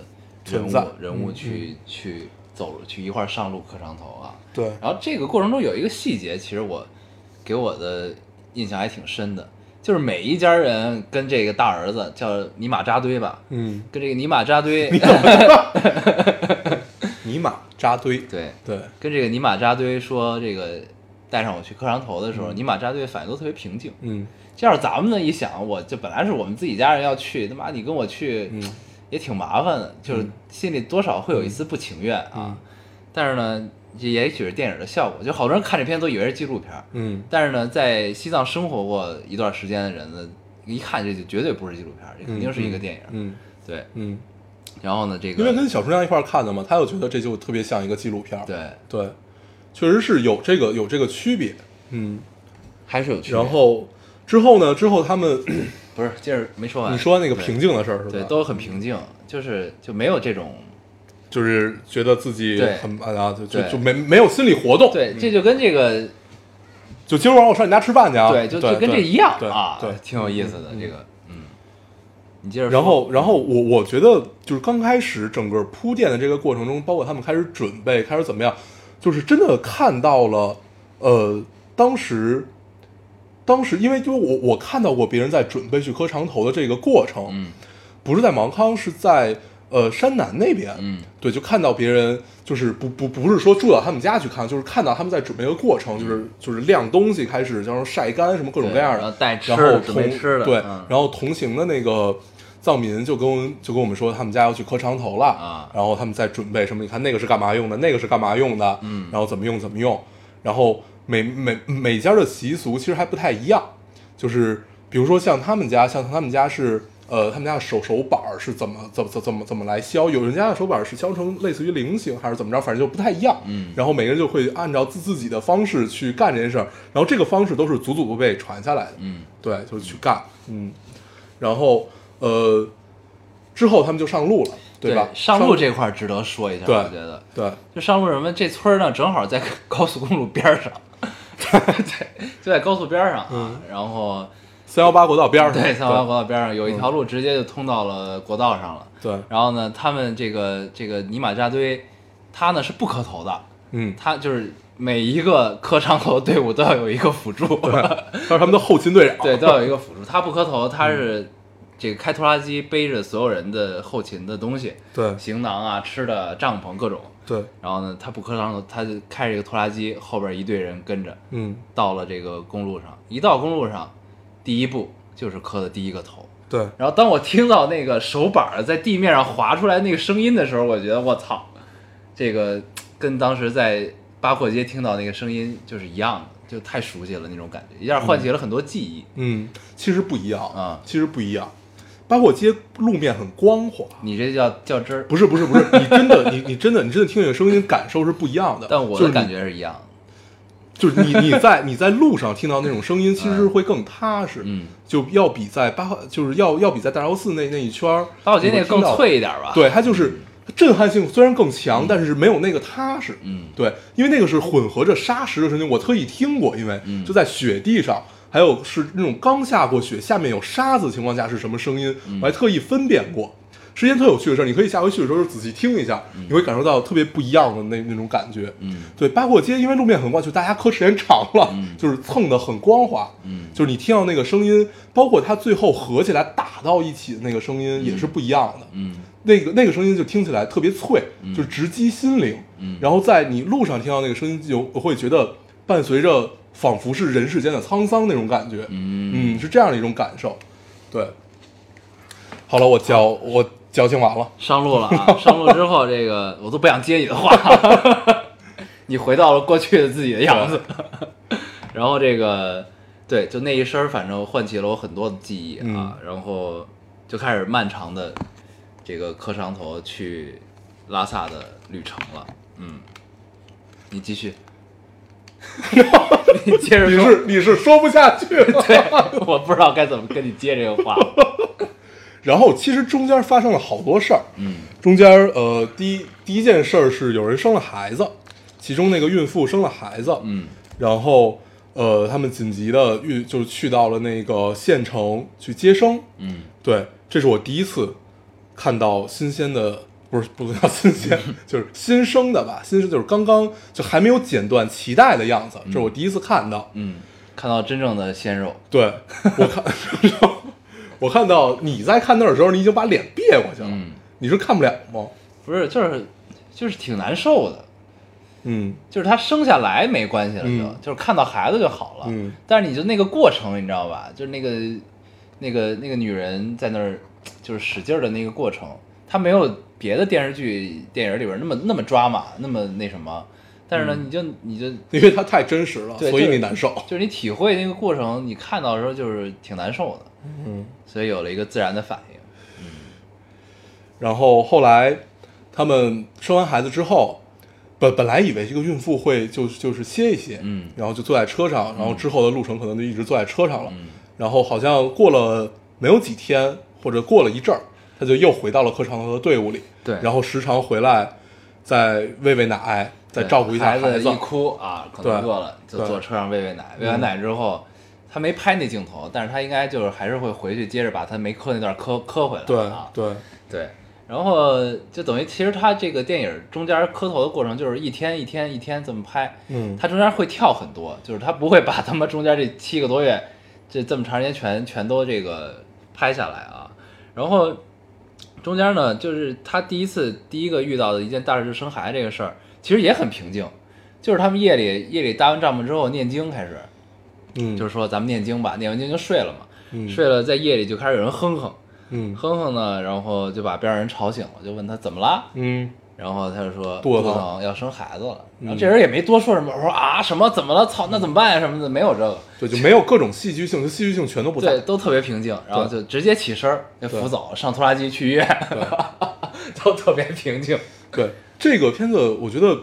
S1: 人
S2: 存
S1: 物
S2: 在嗯
S1: 人物去、去走去一块儿上路磕长头啊。
S2: 对，
S1: 然后这个过程中有一个细节，其实我给我的印象还挺深的，就是每一家人跟这个大儿子叫尼玛扎堆吧，
S2: 嗯，
S1: 跟这个尼玛扎 堆，
S2: 嗯尼玛扎堆，
S1: 对，
S2: 对，
S1: 跟这个尼玛扎堆说这个带上我去磕长头的时候，尼玛扎堆反应都特别平静。
S2: 嗯
S1: 这要是咱们呢一想，我就本来是我们自己家人要去，他妈你跟我去，
S2: 嗯
S1: 也挺麻烦的，就是心里多少会有一丝不情愿啊。
S2: 嗯
S1: 但是呢，这也许是电影的效果，就好多人看这片都以为是纪录片儿，
S2: 嗯
S1: 但是呢，在西藏生活过一段时间的人呢，一看这就绝对不是纪录片儿，这肯定是一个电影。
S2: 嗯
S1: 对，
S2: 嗯，
S1: 然后呢，这
S2: 因为
S1: 个
S2: 跟小春亮一块儿看的嘛，他又觉得这就特别像一个纪录片儿，
S1: 对
S2: 对，确实是有这个有这个区别，嗯，
S1: 还是有区别。
S2: 然后之后呢，之后 他们
S1: 不是，接着没说完。
S2: 你说那个
S1: 对
S2: 平静的事儿是吧？
S1: 对，都很平静，就是就没有这种
S2: 就是觉得自己
S1: 对
S2: 很啊，就就
S1: 对
S2: 就没没有心理活动，
S1: 对，这就跟这个
S2: 就今儿晚上我上你家吃饭去啊，
S1: 对，就就跟这
S2: 对
S1: 一样
S2: 对
S1: 啊，
S2: 对，
S1: 挺有意思的这个，嗯，你接着说。
S2: 然后，然后我我觉得就是刚开始整个铺垫的这个过程中，包括他们开始准备，开始怎么样，就是真的看到了，呃，当时，当时因为就是我我看到过别人在准备去磕长头的这个过程，
S1: 嗯
S2: 不是在芒康，是在呃山南那边，
S1: 嗯
S2: 对，就看到别人就是不不不是说住到他们家去看，就是看到他们在准备的过程，就是就是晾东西开始，就是晒干什么各种各样
S1: 对然
S2: 的
S1: 后，带吃
S2: 然后
S1: 准备
S2: 同
S1: 吃的
S2: 对，
S1: 嗯
S2: 然后同行的那个藏民就跟我就跟我们说他们家要去磕长头了
S1: 啊
S2: 然后他们在准备什么？你看那个是干嘛用的，那个是干嘛用的，
S1: 嗯
S2: 然后怎么用怎么用，然后每每每家的习俗其实还不太一样，就是比如说像他们家，像他们家是。呃，他们家的手手板儿是怎么怎么怎么怎么怎么来削？有人家的手板儿是削成类似于菱形还是怎么着，反正就不太一样。
S1: 嗯
S2: 然后每个人就会按照自自己的方式去干这件事儿，然后这个方式都是祖祖辈辈传下来的。
S1: 嗯
S2: 对，就是去干，嗯，然后呃，之后他们就上路了，吧？
S1: 上路这块儿值得说一下，
S2: 对
S1: 我觉得
S2: 对
S1: 就上路什么这村儿呢，正好在高速公路边儿 上，对，就在高速边儿上啊，然后
S2: 三幺八国嗯道边儿上，嗯
S1: 对，三八国道边儿上有一条路直接就通到了国道上了。
S2: 对，对
S1: 然后呢，他们这个这个尼玛扎堆，他呢是不磕头的，
S2: 嗯，
S1: 他就是每一个磕长头队伍都要有一个辅助，
S2: 但是他们的后勤队长，
S1: 对，都要有一个辅助。他不磕头，他是这个开拖拉机背着所有人的后勤的东西，
S2: 对
S1: 行囊啊、吃的、帐篷各种。
S2: 对，
S1: 然后呢，他不磕长头，他就开着一个拖拉机，后边一队人跟着
S2: 嗯，
S1: 到了这个公路上。一到公路上，第一步就是磕的第一个头。
S2: 对，
S1: 然后当我听到那个手板儿在地面上划出来那个声音的时候，我觉得我操，这个跟当时在八廓街听到那个声音就是一样的，就太熟悉了那种感觉，一下唤起了很多记忆。
S2: 嗯，其实不一样
S1: 啊
S2: 其实不一样，八廓街路面很光滑。
S1: 你这叫较真儿，
S2: 不是不是不是，你真的你你真的你真的听这个声音感受是不一样的。
S1: 但我
S2: 就是
S1: 的
S2: 你
S1: 感觉是一样的。
S2: 就是你你在你在路上听到那种声音，其实会更踏实，
S1: 嗯，
S2: 就要比在八号就是要要比在大昭寺那那一圈儿，
S1: 八廓街那个更
S2: 你会听到，
S1: 脆一点吧？，
S2: 对，它
S1: 嗯
S2: 就是震撼性虽然更强，但是没有那个踏实，
S1: 嗯
S2: 对，因为那个是混合着沙石的声音，我特意听过，因为
S1: 嗯
S2: 就在雪地上。还有是那种刚下过雪，下面有沙子的情况下是什么声音，
S1: 嗯
S2: 我还特意分辨过，是一件特有趣的事儿。你可以下回去的时候仔细听一下，你会感受到特别不一样的那那种感觉。
S1: 嗯
S2: 对，八廓街因为路面很光，就大家磕时间长了， 就是蹭的很光滑。
S1: 嗯
S2: 就是你听到那个声音，包括它最后合起来打到一起的那个声音也是不一样的。
S1: 嗯
S2: 那个那个声音就听起来特别脆，就直击心灵。
S1: 嗯
S2: 然后在你路上听到那个声音，就会觉得伴随着仿佛是人世间的沧桑那种感觉。
S1: 嗯，
S2: 嗯，是这样的一种感受。对，好了，我矫我矫情完了。
S1: 上路了啊！上路之后，这个我都不想接你的话了，你回到了过去的自己的样子。 然后这个对，就那一声儿，反正唤起了我很多的记忆啊。然后就开始漫长的这个磕长头去拉萨的旅程了。嗯，你继续，你接着
S2: 你
S1: 说。
S2: 是你是说不下去了。
S1: 对，我不知道该怎么跟你接这个话了。
S2: 然后其实中间发生了好多事儿，
S1: 嗯，
S2: 中间儿呃，第一第一件事儿是有人生了孩子，其中那个孕妇生了孩子，
S1: 嗯
S2: 然后呃，他们紧急的运就去到了那个县城去接生，
S1: 嗯
S2: 对，这是我第一次看到新鲜的，不是不能叫新鲜， 就是新生的吧，新生就是刚刚就还没有剪断脐带的样子，这是我第一次看到，
S1: 嗯，看到真正的鲜肉，
S2: 对我看， 我看到你在看那儿的时候，你已经把脸别过去了，
S1: 嗯
S2: 你是看不了吗？
S1: 不是就是就是挺难受的，
S2: 嗯，
S1: 就是他生下来没关系了就，
S2: 嗯
S1: 就是看到孩子就好了。
S2: 嗯
S1: 但是你就那个过程，你知道吧？就是那个那个那个女人在那儿就是使劲儿的那个过程，她没有别的电视剧、电影里边那么那么抓马，那么那什么。但是呢，
S2: 嗯
S1: 你就你就
S2: 因为它太真实了，
S1: 对
S2: 所以
S1: 就是
S2: 你难受。
S1: 就是你体会那个过程，你看到的时候就是挺难受的，
S2: 嗯，
S1: 所以有了一个自然的反应。
S2: 然后后来他们生完孩子之后，本本来以为这个孕妇会就就是歇一歇，
S1: 嗯
S2: 然后就坐在车上，然后之后的路程可能就一直坐在车上了。
S1: 嗯
S2: 然后好像过了没有几天，或者过了一阵儿，他就又回到了磕长河的队伍里。
S1: 对
S2: 然后时常回来，再喂喂奶，再照顾一下
S1: 孩
S2: 子。
S1: 一哭啊，可能
S2: 对
S1: 饿了就
S2: 对嗯
S1: 坐车上喂喂奶，喂完奶之后，他没拍那镜头，但是他应该就是还是会回去接着把他没磕那段磕磕回来
S2: 对
S1: 啊，
S2: 对，
S1: 对，然后就等于其实他这个电影中间磕头的过程就是一天一天一天这么拍，
S2: 嗯，
S1: 他中间会跳很多，就是他不会把他们中间这七个多月这这么长时间全全都这个拍下来啊。然后中间呢，就是他第一次第一个遇到的一件大事就是生孩子这个事儿，其实也很平静，就是他们夜里夜里搭完帐篷之后念经开始，
S2: 嗯，
S1: 就是说咱们念经吧，念完经就睡了嘛，
S2: 嗯
S1: 睡了在夜里就开始有人哼哼
S2: 嗯
S1: 哼哼呢，然后就把边上人吵醒了，就问他怎么啦，
S2: 嗯
S1: 然后他就说
S2: 肚
S1: 不
S2: 子疼
S1: 疼，要生孩子了。然后
S2: 嗯
S1: 这人也没多说什么，我说啊什么怎么了？操，那怎么办呀？什么的没有这个，
S2: 对，就没有各种戏剧性，就戏剧性全都不在
S1: 对，。都特别平静，然后就直接起身儿就扶走，上拖拉机去医院， 都特别平静。
S2: 对这个片子，我觉得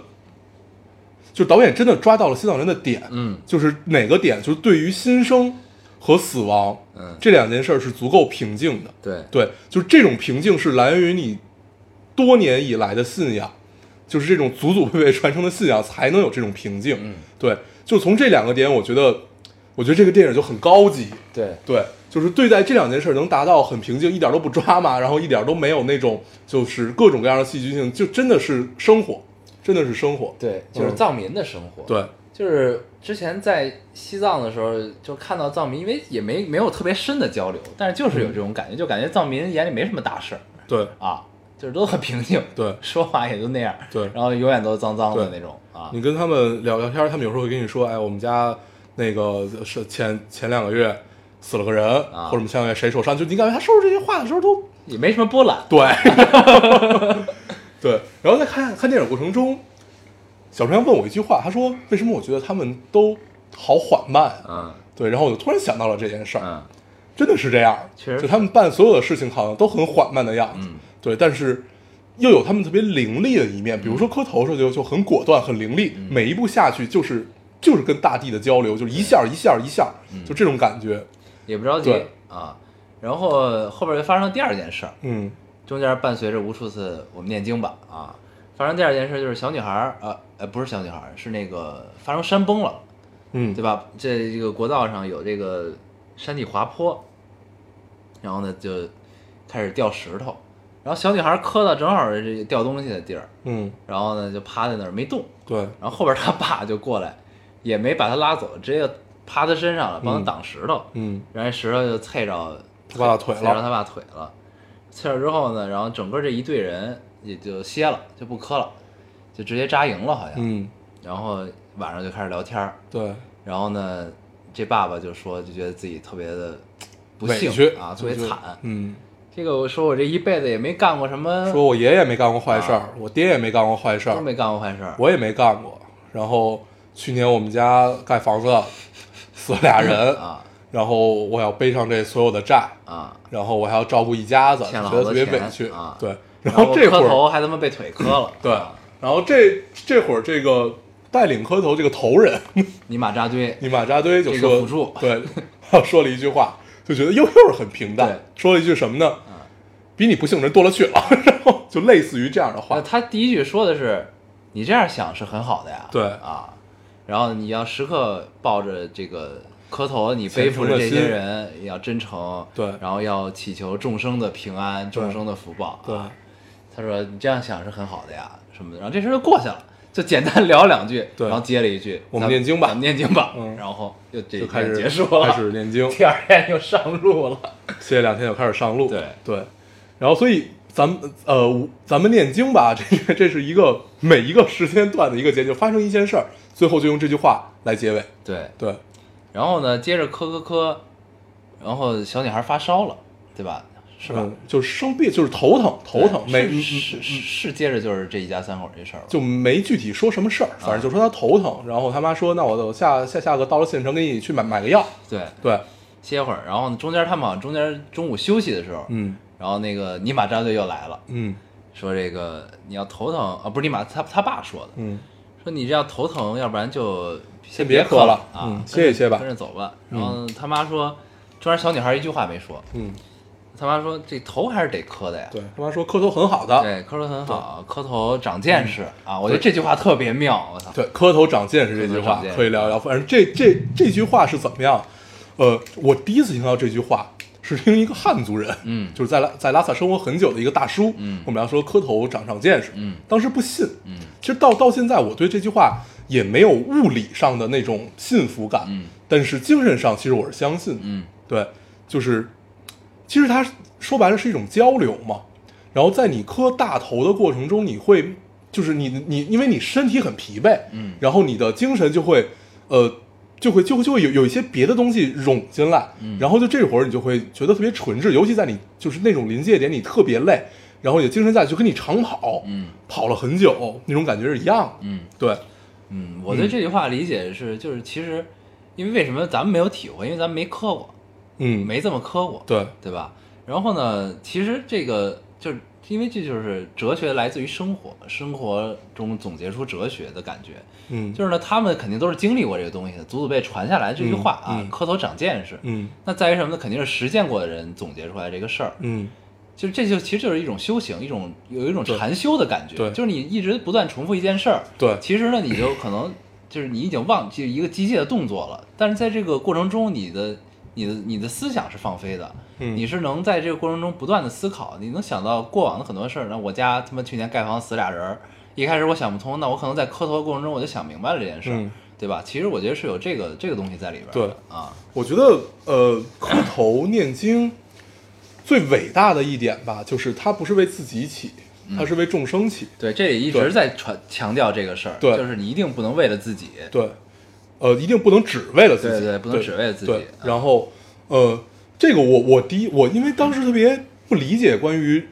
S2: 就导演真的抓到了新导人的点，
S1: 嗯
S2: 就是哪个点，就是对于新生和死亡
S1: 嗯，
S2: 这两件事儿是足够平静的。
S1: 对
S2: 对，就是这种平静是来源于你多年以来的信仰，就是这种祖祖辈辈传承的信仰才能有这种平静。
S1: 嗯
S2: 对，就从这两个点，我觉得，我觉得这个电影就很高级。
S1: 对
S2: 对，就是对待这两件事儿能达到很平静，一点都不抓马，然后一点都没有那种就是各种各样的戏剧性，就真的是生活，真的是生活。
S1: 对，就是
S2: 嗯
S1: 藏民的生活。，
S2: 对，
S1: 就是之前在西藏的时候，就看到藏民，因为也没没有特别深的交流，但是就是有这种感
S2: 嗯
S1: 觉，就感觉藏民眼里没什么大事儿
S2: 对，
S1: 啊，就是都很平静，
S2: 对
S1: 说话也就那样，
S2: 对
S1: 然后永远都是脏脏的
S2: 对
S1: 那种啊，
S2: 你跟他们聊聊天儿，他们有时候会跟你说，哎，我们家那个是前前两个月死了个人，
S1: 啊
S2: 或者我们前两个月谁受伤，就你感觉他说出这些话的时候都
S1: 也没什么波澜。
S2: 对， 对。然后在看看电影过程中，小春阳问我一句话，他说为什么我觉得他们都好缓慢
S1: 嗯
S2: 啊？对，然后我就突然想到了这件事儿，
S1: 嗯，
S2: 真的是这样，
S1: 确实
S2: 就他们办所有的事情好像都很缓慢的样子，
S1: 嗯
S2: 对，但是又有他们特别凌厉的一面，比如
S1: 嗯
S2: 说磕头的时候就就很果断、很凌厉，每一步下去就是就是跟大地的交流，就是一下儿一下儿一下儿，
S1: 嗯
S2: 就这种感觉，
S1: 也不着急
S2: 对
S1: 啊。然后后边就发生第二件事儿，
S2: 嗯
S1: 中间伴随着无数次我们念经吧啊。发生第二件事就是小女孩儿，呃呃，不是小女孩儿，是那个发生山崩了，
S2: 嗯
S1: 对吧？这这个国道上有这个山体滑坡，然后呢就开始掉石头，然后小女孩儿磕到正好是这个掉东西的地儿，
S2: 嗯，
S1: 然后呢就趴在那儿没动，
S2: 对，
S1: 然后后边他爸就过来，也没把他拉走，直接趴他身上了，帮他挡石头，
S2: 嗯
S1: 然后石头就踩着
S2: 他爸腿了
S1: 踩着他爸腿了。踩着之后呢，然后整个这一队人也就歇了，就不磕了，就直接扎营了，好像。
S2: 嗯
S1: 然后晚上就开始聊天儿，
S2: 对，
S1: 然后呢，这爸爸就说，就觉得自己特别的不
S2: 委
S1: 幸
S2: 屈
S1: 啊，特别
S2: 就是
S1: 惨。
S2: 嗯，
S1: 这个我说我这一辈子也没干过什么，
S2: 说我爷爷没干过坏事
S1: 啊
S2: 儿，我爹也没干过坏事
S1: 都
S2: 儿，
S1: 没干过坏事儿。
S2: 我也没干过，然后去年我们家盖房子死了俩人
S1: 啊
S2: 然后我要背上这所有的债。
S1: 啊，
S2: 然后我还要照顾一家子，
S1: 欠了好
S2: 觉得
S1: 多
S2: 特别
S1: 钱
S2: 委屈
S1: 啊
S2: 对，然后这
S1: 磕
S2: 会儿，
S1: 头还他妈被腿磕了，
S2: 对
S1: 啊，
S2: 然后这这会儿这个带领磕头这个头人
S1: 尼玛扎堆，
S2: 尼玛扎堆就
S1: 这个
S2: 说
S1: 辅助
S2: 对，说了一句话，就觉得又又是很平淡
S1: 对，啊
S2: 说了一句什么呢？比你不幸的人多了去了， 然后就类似于这样的
S1: 那
S2: 话，
S1: 呃他第一句说的是，你这样想是很好的呀，
S2: 对
S1: 啊，然后你要时刻抱着这个磕头，你
S2: 虔
S1: 背负着
S2: 诚的
S1: 这
S2: 心
S1: 些人也要真诚，
S2: 对
S1: 然后要祈求众生的平安，众生的福报，
S2: 对，
S1: 啊他说你这样想是很好的呀，什么的，然后这事儿就过去了。就简单聊两句，
S2: 对
S1: 然后接了一句：“
S2: 我们
S1: 咱
S2: 念经吧
S1: 咱们念经吧。
S2: 嗯
S1: 然后就这
S2: 就
S1: 一
S2: 开
S1: 天
S2: 始
S1: 结束了，
S2: 开始 念经，
S1: 第二天又上路了。
S2: 歇两天就开始上路。
S1: 对
S2: 然后所以咱们呃，咱们念经吧，这是这是一个每一个时间段的一个节，就发生一件事儿，最后就用这句话来结尾。
S1: 对，
S2: 对，
S1: 然后呢，接着磕磕磕，然后小女孩发烧了，对吧？是吧？
S2: 嗯就是生病，就是头疼，头疼，没嗯
S1: 对是是是是接着就是这一家三口这事儿了。
S2: 就没具体说什么事儿，反正就说他头疼，然后他妈说，那我我下下下个到了县城给你去买买个药。
S1: 对，
S2: 对，
S1: 歇会儿，然后呢，中间他们好像中间中午休息的时候，
S2: 嗯
S1: 然后那个尼玛战队又来了，
S2: 嗯
S1: 说这个你要头疼啊，不是尼玛他他爸说的，
S2: 嗯，
S1: 说你这要头疼，要不然就
S2: 先
S1: 先
S2: 别
S1: 磕
S2: 喝了
S1: 啊，
S2: 嗯
S1: 跟着
S2: 歇一歇吧
S1: 跟着走吧。然后他妈说，中间小女孩一句话没说，
S2: 嗯，
S1: 他妈说这头还是得磕的呀，
S2: 对，啊他妈说磕头很好的，
S1: 对，磕头很好，磕头长见识、啊！我觉得这句话特别妙，我操！
S2: 嗯对，磕头长见识这句
S1: 磕头
S2: 话
S1: 长见识
S2: 可以聊一聊。反正这这这句话是怎么样？呃，我第一次听到这句话是听一个汉族人，
S1: 嗯
S2: 就是在拉在拉萨生活很久的一个大叔，
S1: 嗯
S2: 我们俩说磕头长长见识，
S1: 嗯，
S2: 当时不信，
S1: 嗯，
S2: 其实到到现在我对这句话也没有物理上的那种信服感，
S1: 嗯，
S2: 但是精神上其实我是相信的，
S1: 嗯，
S2: 对，就是其实它说白了是一种交流嘛。然后在你磕大头的过程中，你会就是你你因为你身体很疲惫，
S1: 嗯
S2: 然后你的精神就会呃就会就会就会有有一些别的东西涌进来，
S1: 嗯
S2: 然后就这会儿你就会觉得特别纯质，尤其在你就是那种临界点，你特别累，然后你的精神在就跟你长跑，
S1: 嗯
S2: 跑了很久那种感觉是一样的，
S1: 嗯
S2: 对，
S1: 嗯，我对这句话理解是，就是其实，因为为什么咱们没有体会？因为咱们没磕过，
S2: 嗯，
S1: 没这么磕过，
S2: 对，
S1: 对吧？然后呢，其实这个就是因为这就是哲学来自于生活，生活中总结出哲学的感觉。
S2: 嗯，
S1: 就是呢，他们肯定都是经历过这个东西的，祖祖辈传下来这句话啊，
S2: 嗯嗯
S1: 磕头长见识。
S2: 嗯
S1: 那在于什么呢？肯定是实践过的人总结出来这个事儿。
S2: 嗯
S1: 就是这就其实就是一种修行，一种有一种
S2: 对
S1: 禅修的感觉，
S2: 对
S1: 就是你一直不断重复一件事儿，
S2: 对
S1: 呃其实呢你就可能就是你已经忘记一个机械的动作了，但是在这个过程中，你的你的你的思想是放飞的，
S2: 嗯
S1: 你是能在这个过程中不断的思考，你能想到过往的很多事儿。那我家他妈去年盖房死俩人儿，一开始我想不通，那我可能在磕头的过程中我就想明白了这件事儿，
S2: 嗯
S1: 对吧？其实我觉得是有这个这个东西在里边儿的，
S2: 对
S1: 啊，
S2: 我觉得呃，磕头念经最伟大的一点吧，就是它不是为自己起，它是为众生起。
S1: 对，这里一
S2: 对
S1: 直在传强调这个事儿，
S2: 对
S1: 就是你一定不能为了自己，
S2: 对，呃，一定不能只为了自己，
S1: 对对不能只为了自己
S2: 对
S1: 啊
S2: 然后呃，这个我我第一我因为当时特别不理解关于。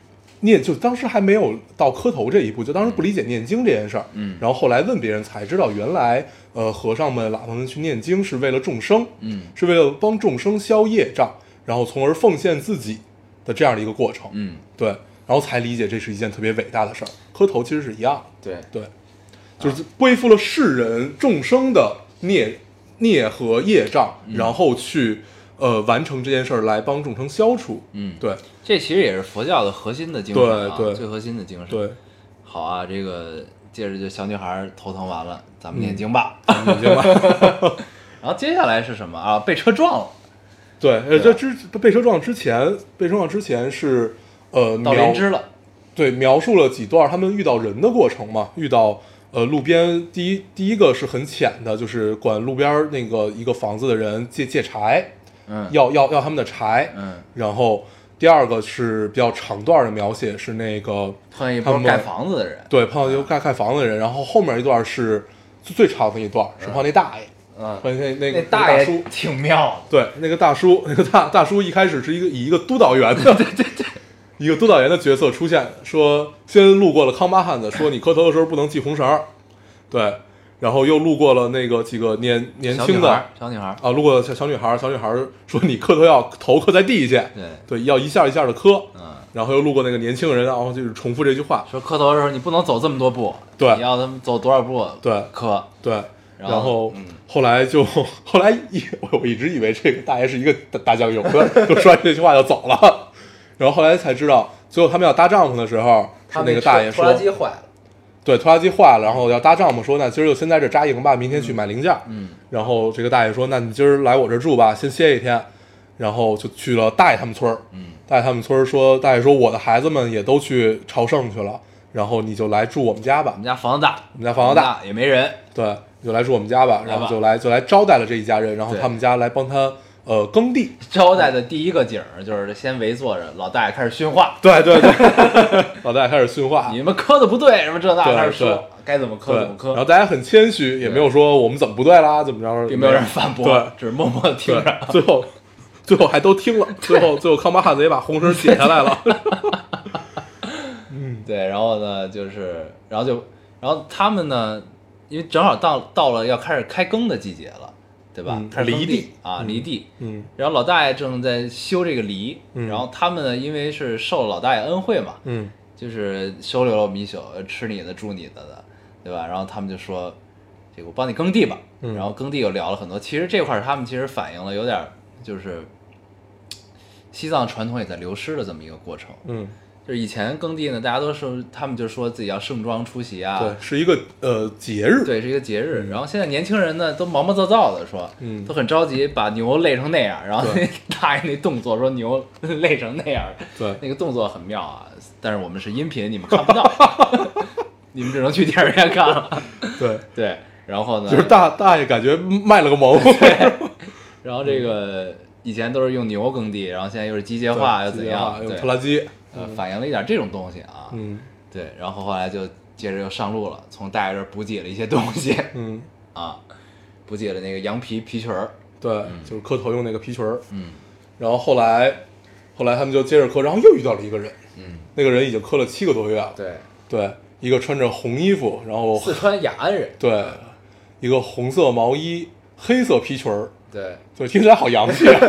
S2: 念就当时还没有到磕头这一步，就当时不理解念经这件事儿，
S1: 嗯
S2: 然后后来问别人才知道，原来呃和尚们、喇嘛们去念经是为了众生，
S1: 嗯
S2: 是为了帮众生消业障，然后从而奉献自己的这样的一个过程。
S1: 嗯，
S2: 对，然后才理解这是一件特别伟大的事儿。磕头其实是一样
S1: 对
S2: 的，对，就是背负了世人众生的孽孽和业障，
S1: 嗯
S2: 然后去呃完成这件事儿来帮众生消除。
S1: 嗯，
S2: 对
S1: 这其实也是佛教的核心的精神、啊，
S2: 对对
S1: 最核心的精神。，
S2: 对，
S1: 好啊，这个接着就小女孩头疼完了，咱们念经吧。
S2: 你明白？
S1: 然后接下来是什么啊？被车撞 了，
S2: 对，呃，这之被车撞之前，被车撞之前是呃
S1: 到
S2: 苗
S1: 林芝了。
S2: 对，描述了几段他们遇到人的过程嘛，遇到呃路边第一第一个是很浅的，就是管路边那个一个房子的人借借柴，
S1: 嗯，
S2: 要要要他们的柴，
S1: 嗯，
S2: 然后第二个是比较长段的描写，是那个
S1: 碰见一
S2: 他
S1: 波
S2: 们
S1: 盖房子的人。
S2: 对碰到一个盖盖房子的人，然后后面一段是最最长的一段，是碰到那大爷，
S1: 嗯，
S2: 碰见那那
S1: 那
S2: 个
S1: 大
S2: 叔
S1: 爷，挺妙的。
S2: 对，那个大叔，那个大大叔一开始是一个以一个督导员的，对对对， 一个督导员的角色出现，说先路过了康巴汉子，说你磕头的时候不能系红绳儿，对，然后又路过了那个几个年年
S1: 小女
S2: 轻
S1: 孩
S2: 的
S1: 儿，小女孩儿。
S2: 啊，路过了小小女孩儿，小女孩儿说你磕头要头磕在地下，
S1: 对，
S2: 对，要一下一下的磕，
S1: 嗯，
S2: 然后又路过那个年轻人，然后就是重复这句话，
S1: 说磕头的时候你不能走这么多步，
S2: 对
S1: 你要他们走多少步？
S2: 对
S1: 磕。
S2: 对，
S1: 然
S2: 然
S1: 后
S2: 后
S1: 嗯
S2: 后来就后来一 我我一直以 为这个大爷是一个大大酱油的，就说完这句话就走了，然后后来才知道，最后他们要搭帐篷的时候，是
S3: 他
S2: 那个
S3: 车
S2: 大爷
S3: 拖
S2: 说
S3: 拉，机坏了，
S2: 对，拖拉机坏了，然后要搭帐篷，说那今儿就先在这扎营吧，明天去买零件。
S1: 嗯，
S2: 然后这个大爷说，那你今儿来我这儿住吧，先歇一天。然后就去了大爷他们村儿。
S1: 嗯，
S2: 大爷他们村儿说，大爷说我的孩子们也都去朝圣去了，然后你就来住我们家
S1: 我
S2: 吧
S1: 们，家房子大，
S2: 我们家房子大，
S1: 也没人，
S2: 对，你就来住我们家吧，
S1: 来吧
S2: 然后就来就来招待了这一家人，然后
S1: 对
S2: 他们家来帮他呃 耕地，
S1: 招待的第一个景儿就是先围坐着，老大爷开始训话，
S2: 对对对， 老大爷开始训话，
S1: 你们磕的不对，什么这那
S2: 啊对
S1: 开始
S2: 对
S1: 说该怎么磕
S2: 对，
S1: 怎么
S2: 然
S1: 磕，
S2: 后大家很谦虚，也没有说我们怎么不对啦，怎么着，
S1: 并没有人反驳
S2: 对，
S1: 只是默默的听着。
S2: 对，最后最后还都听了，最后最后康巴汉贼把红绳解下来了，
S1: 对，然后呢，就是，然后就，然后他们呢，因为正好到到了要开始开耕的季节了，对吧？
S2: 嗯
S1: 开始耕
S2: 犁地
S1: 啊，犁地。
S2: 嗯
S1: 然后老大爷正在修这个犁，
S2: 嗯
S1: 然后他们呢，因为是受老大爷恩惠嘛，
S2: 嗯
S1: 就是收留了我们一宿，呃吃你的，住你的的，对吧？然后他们就说，这个我帮你耕地吧。
S2: 嗯
S1: 然后耕地又聊了很多，其实这块儿他们其实反映了有点儿就是嘖西藏传统也在流失的这么一个过程。
S2: 嗯，
S1: 就是以前耕地呢，大家都是他们就说自己要盛装出席啊，
S2: 对，是一个呃节日，
S1: 对，是一个节日。然后现在年轻人呢，都毛毛躁躁的说，
S2: 嗯
S1: 都很着急，把牛累成那样。然后那
S2: 对
S1: 大爷那动作说牛 累成那样，
S2: 对
S1: 那个动作很妙啊。但是我们是音频，你们看不 到，你们只能去电影院看了。
S2: 对，
S1: 对，然后呢，
S2: 就是大大爷感觉卖了个 萌，
S1: 然后这个以前都是用牛耕地，然后现在又是机械化，又
S2: 自
S1: 怎
S2: 己
S1: 样？
S2: 用
S1: 对
S2: 拖，拉机，
S1: 呃，反映了一点这种东西啊。
S2: 嗯
S1: 对，然后后来就接着又上路了，从大爷这儿补给了一些东西
S2: 嗯，
S1: 啊，补给了那个羊皮皮裙儿，
S2: 对，就是磕头用那个皮裙儿，
S1: 嗯，
S2: 然后后来后来他们就接着磕，然后又遇到了一个人，
S1: 嗯，
S2: 那个人已经磕了七个多月了，
S1: 对，
S2: 对，一个穿着红衣服，然后
S1: 四川雅安人，
S2: 对，一个红色毛衣，黑色皮裙儿，
S1: 对，
S2: 对，听起来好洋气 啊，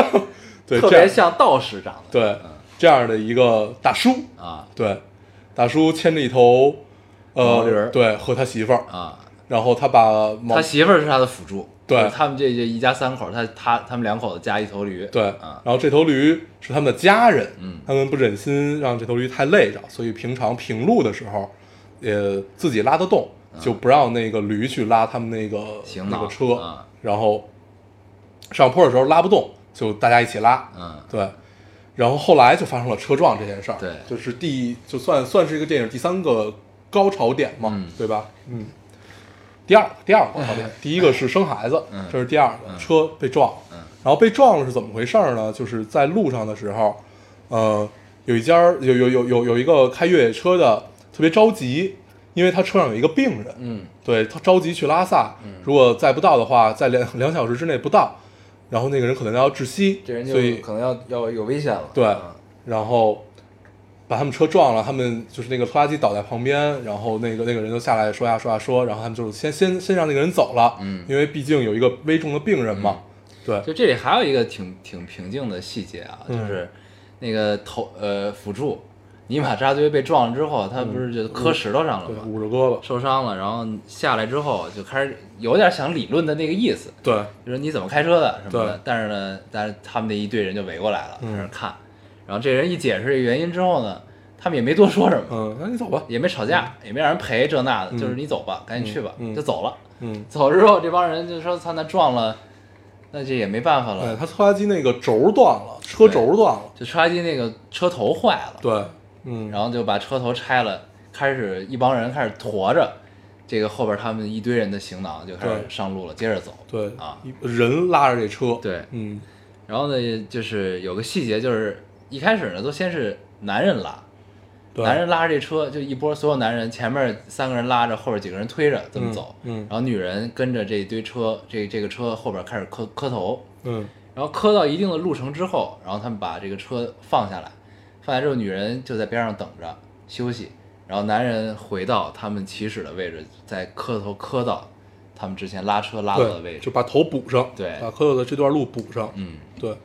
S2: 对，
S1: 特
S2: 这
S1: 别
S2: 样
S1: 像嗯道士长得，
S2: 对这样的一个大叔，
S1: 啊
S2: 对，大叔牵着一头
S1: 毛驴
S2: 呃
S1: 儿，
S2: 对，和他媳妇儿，
S1: 啊，
S2: 然后他把毛
S1: 他媳妇儿是他的辅助，
S2: 对
S1: 就是他们这这一家三口，他他他们两口子加一头驴，
S2: 对，
S1: 啊
S2: 然，后这头驴是他们的家人，
S1: 嗯
S2: 他们不忍心让这头驴太累着，所以平常平路的时候，也自己拉得动，就不让那个驴去拉他们那个
S1: 嗯行
S2: 那个
S1: 囊
S2: 车，
S1: 啊
S2: 然后上坡的时候拉不动，就大家一起拉，
S1: 嗯，
S2: 对，然后后来就发生了车撞这件事儿，
S1: 对
S2: 就是第就算算是一个电影第三个高潮点嘛，
S1: 嗯
S2: 对吧？嗯，第二个第二个高 潮点，第一个是生孩子，
S1: 嗯
S2: 这是第二个、车被撞了，
S1: 嗯
S2: 然后被撞了是怎么回事儿呢？就是在路上的时候，呃，有一家儿有有有有有一个开越野车的特别着急，因为他车上有一个病人，
S1: 嗯，
S2: 对他着急去拉萨，如果再不到的话，在两两小时之内不到。然后那个人可能要窒息，
S3: 这人
S2: 所以
S3: 就可能要要有危险了。
S2: 对
S1: 啊
S3: 嗯，
S2: 然后把他们车撞了，他们就是那个拖拉机倒在旁边，然后那个那个人就下来说呀说呀说，然后他们就先先先让那个人走了，
S1: 嗯
S2: 因为毕竟有一个危重的病人嘛，对，
S1: 就这里还有一个挺挺平静的细节啊，就
S2: 嗯
S1: 是那个头呃辅助尼玛扎堆被撞了之后，他不是就磕石头上了
S2: 嗯对，
S1: 吗？
S2: 捂着胳膊，
S1: 受伤了，然后下来之后就开始有点想理论的那个意思，
S2: 对，
S1: 就说你怎么开车的什么的
S2: 对。
S1: 但是呢，但是他们那一队人就围过来了，开
S2: 嗯
S1: 始看。然后这人一解释这原因之后呢，他们也没多说什么，
S2: 嗯，那你走吧，
S1: 也没吵架，也没让人赔这那的，就是
S2: 嗯
S1: 你走吧，赶紧去吧，
S2: 嗯嗯
S1: 就走了。
S2: 嗯，
S1: 走之后，这帮人就说：“操，那撞了，那这也没办法了。
S2: 哎，他拖拉机那个轴断了，车轴断了，
S1: 就拖拉机那个车头坏了，
S2: 对，嗯，
S1: 然后就把车头拆了，开始一帮人开始驮着这个后边他们一堆人的行囊就开始
S2: 对
S1: 上路了，接着走。
S2: 对
S1: 啊，
S2: 一人拉着这车，
S1: 对
S2: 嗯，
S1: 然后呢，就是有个细节，就是一开始呢都先是男人拉，
S2: 对，嗯
S1: 男人拉着这车就一波所有男人，前面三个人拉着，后边几个人推着这么走，
S2: 嗯嗯
S1: 然后女人跟着这一堆车，这这个车后边开始磕磕头，
S2: 嗯，
S1: 然后磕到一定的路程之后，然后他们把这个车放下来，放下之后，女人就在边上等着休息，然后男人回到他们起始的位置，再磕头磕到他们之前拉车拉到的位
S2: 对，
S1: 置
S2: 就。把头补上，
S1: 对
S2: 把蝌蚪的这段路补上，
S1: 嗯，
S2: 对，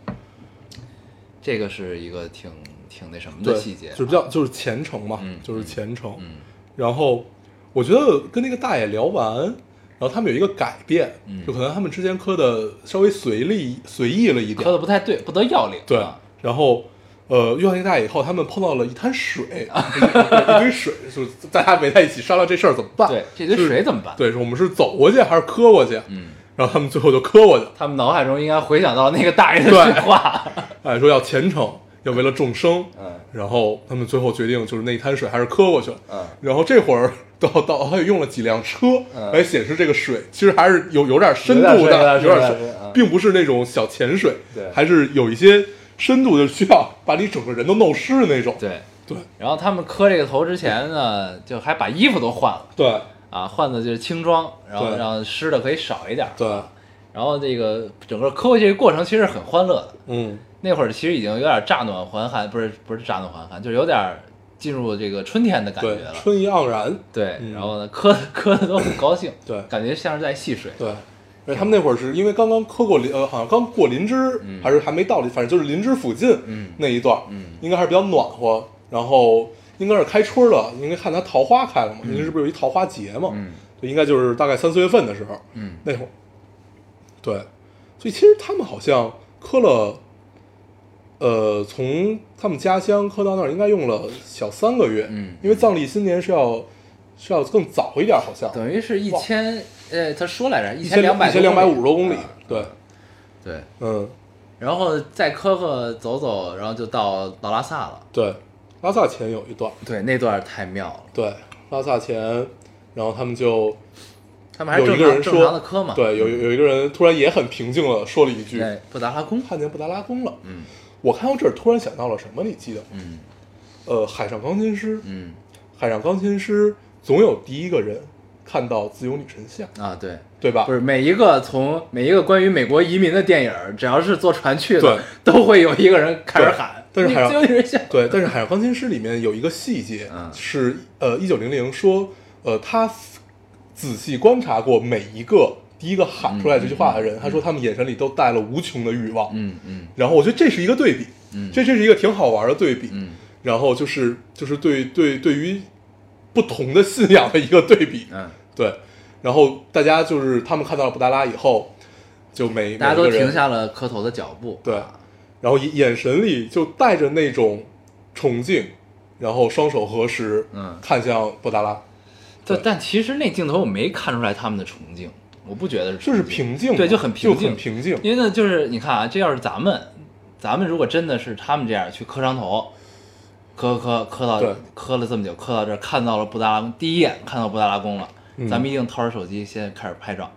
S1: 这个是一个挺挺那什么
S2: 对，
S1: 的细节，啊
S2: 就是比较就是虔诚嘛，
S1: 嗯
S2: 就是虔诚。
S1: 嗯
S2: 然后我觉得跟那个大爷聊完，然后他们有一个改变，
S1: 嗯
S2: 就可能他们之前磕的稍微随意随意了一点
S1: 磕，的不太对，不得要领。
S2: 对
S1: 啊。
S2: 然后呃，约翰一带以后，他们碰到了一 滩水，一堆水，就是大家围在一起商量这事儿怎么办。
S1: 对，这堆
S2: 是
S1: 水怎么办？
S2: 对，是我们是走过去还是磕过去？
S1: 嗯，
S2: 然后他们最后就磕过去了，
S1: 他们脑海中应该回想到那个大人的
S2: 对
S1: 训话。
S2: 哎，说要虔诚，要为了众生。
S1: 嗯
S2: 然后他们最后决定就是那一滩水还是磕过去了。
S1: 嗯
S2: 然后这会儿到到还用了几辆车
S1: 嗯
S2: 来显示这个水其实还是有有点深度
S1: 有点
S2: 的，
S1: 深
S2: 有
S1: 有点深
S2: 点
S1: 嗯
S2: 深，并不是那种小潜水
S1: 对，
S2: 还是有一些深度，就是需要把你整个人都弄湿的那种。
S1: 对，
S2: 对
S1: 然后他们磕这个头之前呢，就还把衣服都换了
S2: 对
S1: 啊，换的就是轻装，然后
S2: 对
S1: 让湿的可以少一点。
S2: 对，
S1: 然后这个整个磕过去这个过程其实很欢乐的。
S2: 嗯，
S1: 那会儿其实已经有点乍暖还寒，不是不是乍暖还寒，就是有点进入这个春天的感觉
S2: 对，
S1: 了。
S2: 春意盎然。
S1: 对，
S2: 嗯
S1: 然后呢，磕磕的都很高兴，
S2: 对
S1: 感觉像是在戏水。
S2: 对，而且他们那会儿是因为刚刚磕过林，呃，好像刚过林芝，还是还没到林，反正就是林芝附近
S1: 嗯
S2: 那一段，
S1: 嗯
S2: 应该还是比较暖和。然后应该是开春了，应该看它桃花开了嘛，林芝不是有一桃花节嘛，
S1: 嗯
S2: 就应该就是大概三四月份的时候，
S1: 嗯，
S2: 那会儿，对，所以其实他们好像磕了。呃，从他们家乡磕到那儿，应该用了小三个月，
S1: 嗯
S2: 因为藏历新年是要是要更早一点，好像
S1: 等于是一
S2: 哇
S1: 千，呃，他说来着，一
S2: 一千
S1: 两百，
S2: 一千两百五十多公里嗯
S1: 啊，
S2: 对，
S1: 对，
S2: 嗯，
S1: 然后再磕磕走走，然后就到到拉萨了。
S2: 对，拉萨前有一段，
S1: 对，那段太妙了，
S2: 对，拉萨前，然后他们就
S1: 他们还
S2: 有
S1: 正
S2: 一个
S1: 常
S2: 人
S1: 正
S2: 说
S1: 常的磕嘛。嗯
S2: 对，有有一个人突然也很平静了，说了一句
S1: 对，布达拉宫。
S2: 看见布达拉宫了。
S1: 嗯
S2: 我看到这儿突然想到了什么，你记得吗？
S1: 嗯
S2: 呃，海上钢琴师，
S1: 嗯
S2: 海上钢琴师总有第一个人看到自由女神像，
S1: 啊，对，
S2: 对吧？
S1: 不是每一个从每一个关于美国移民的电影儿，只要是坐船去的
S2: 对，
S1: 都会有一个人开始喊，
S2: 对但是
S1: 你
S2: 海上
S1: 自由女神像
S2: 对，但是《海上钢琴师》里面有一个细节
S1: 嗯
S2: 是，呃，一九零零说，呃，他仔细观察过每一个第一个喊出来这句话的人，他说他们眼神里都带了无穷的欲望。
S1: 嗯嗯
S2: 然后我觉得这是一个对比，
S1: 嗯
S2: 这这是一个挺好玩的对比。
S1: 嗯
S2: 然后就是就是对对对于不同的信仰的一个对比，
S1: 嗯，
S2: 对。然后大家就是他们看到了布达拉以后，就每
S1: 大家
S2: 每
S1: 都
S2: 一个人
S1: 停下了磕头的脚步。
S2: 对，然后眼眼神里就带着那种崇敬，然后双手合十，
S1: 嗯
S2: 看向布达拉，
S1: 但
S2: 对
S1: 但其实那镜头我没看出来他们的崇敬，我不觉得是崇敬，
S2: 就是平静嘛，
S1: 对，就很
S2: 平
S1: 平静，
S2: 平静，
S1: 因为呢，就是你看啊，这要是咱们，咱们如果真的是他们这样去磕长头，磕磕磕到
S2: 对
S1: 磕了这么久，磕到这儿看到了布达拉宫，第一眼看到布达拉宫了，
S2: 嗯
S1: 咱们一定掏出手机先开始拍照，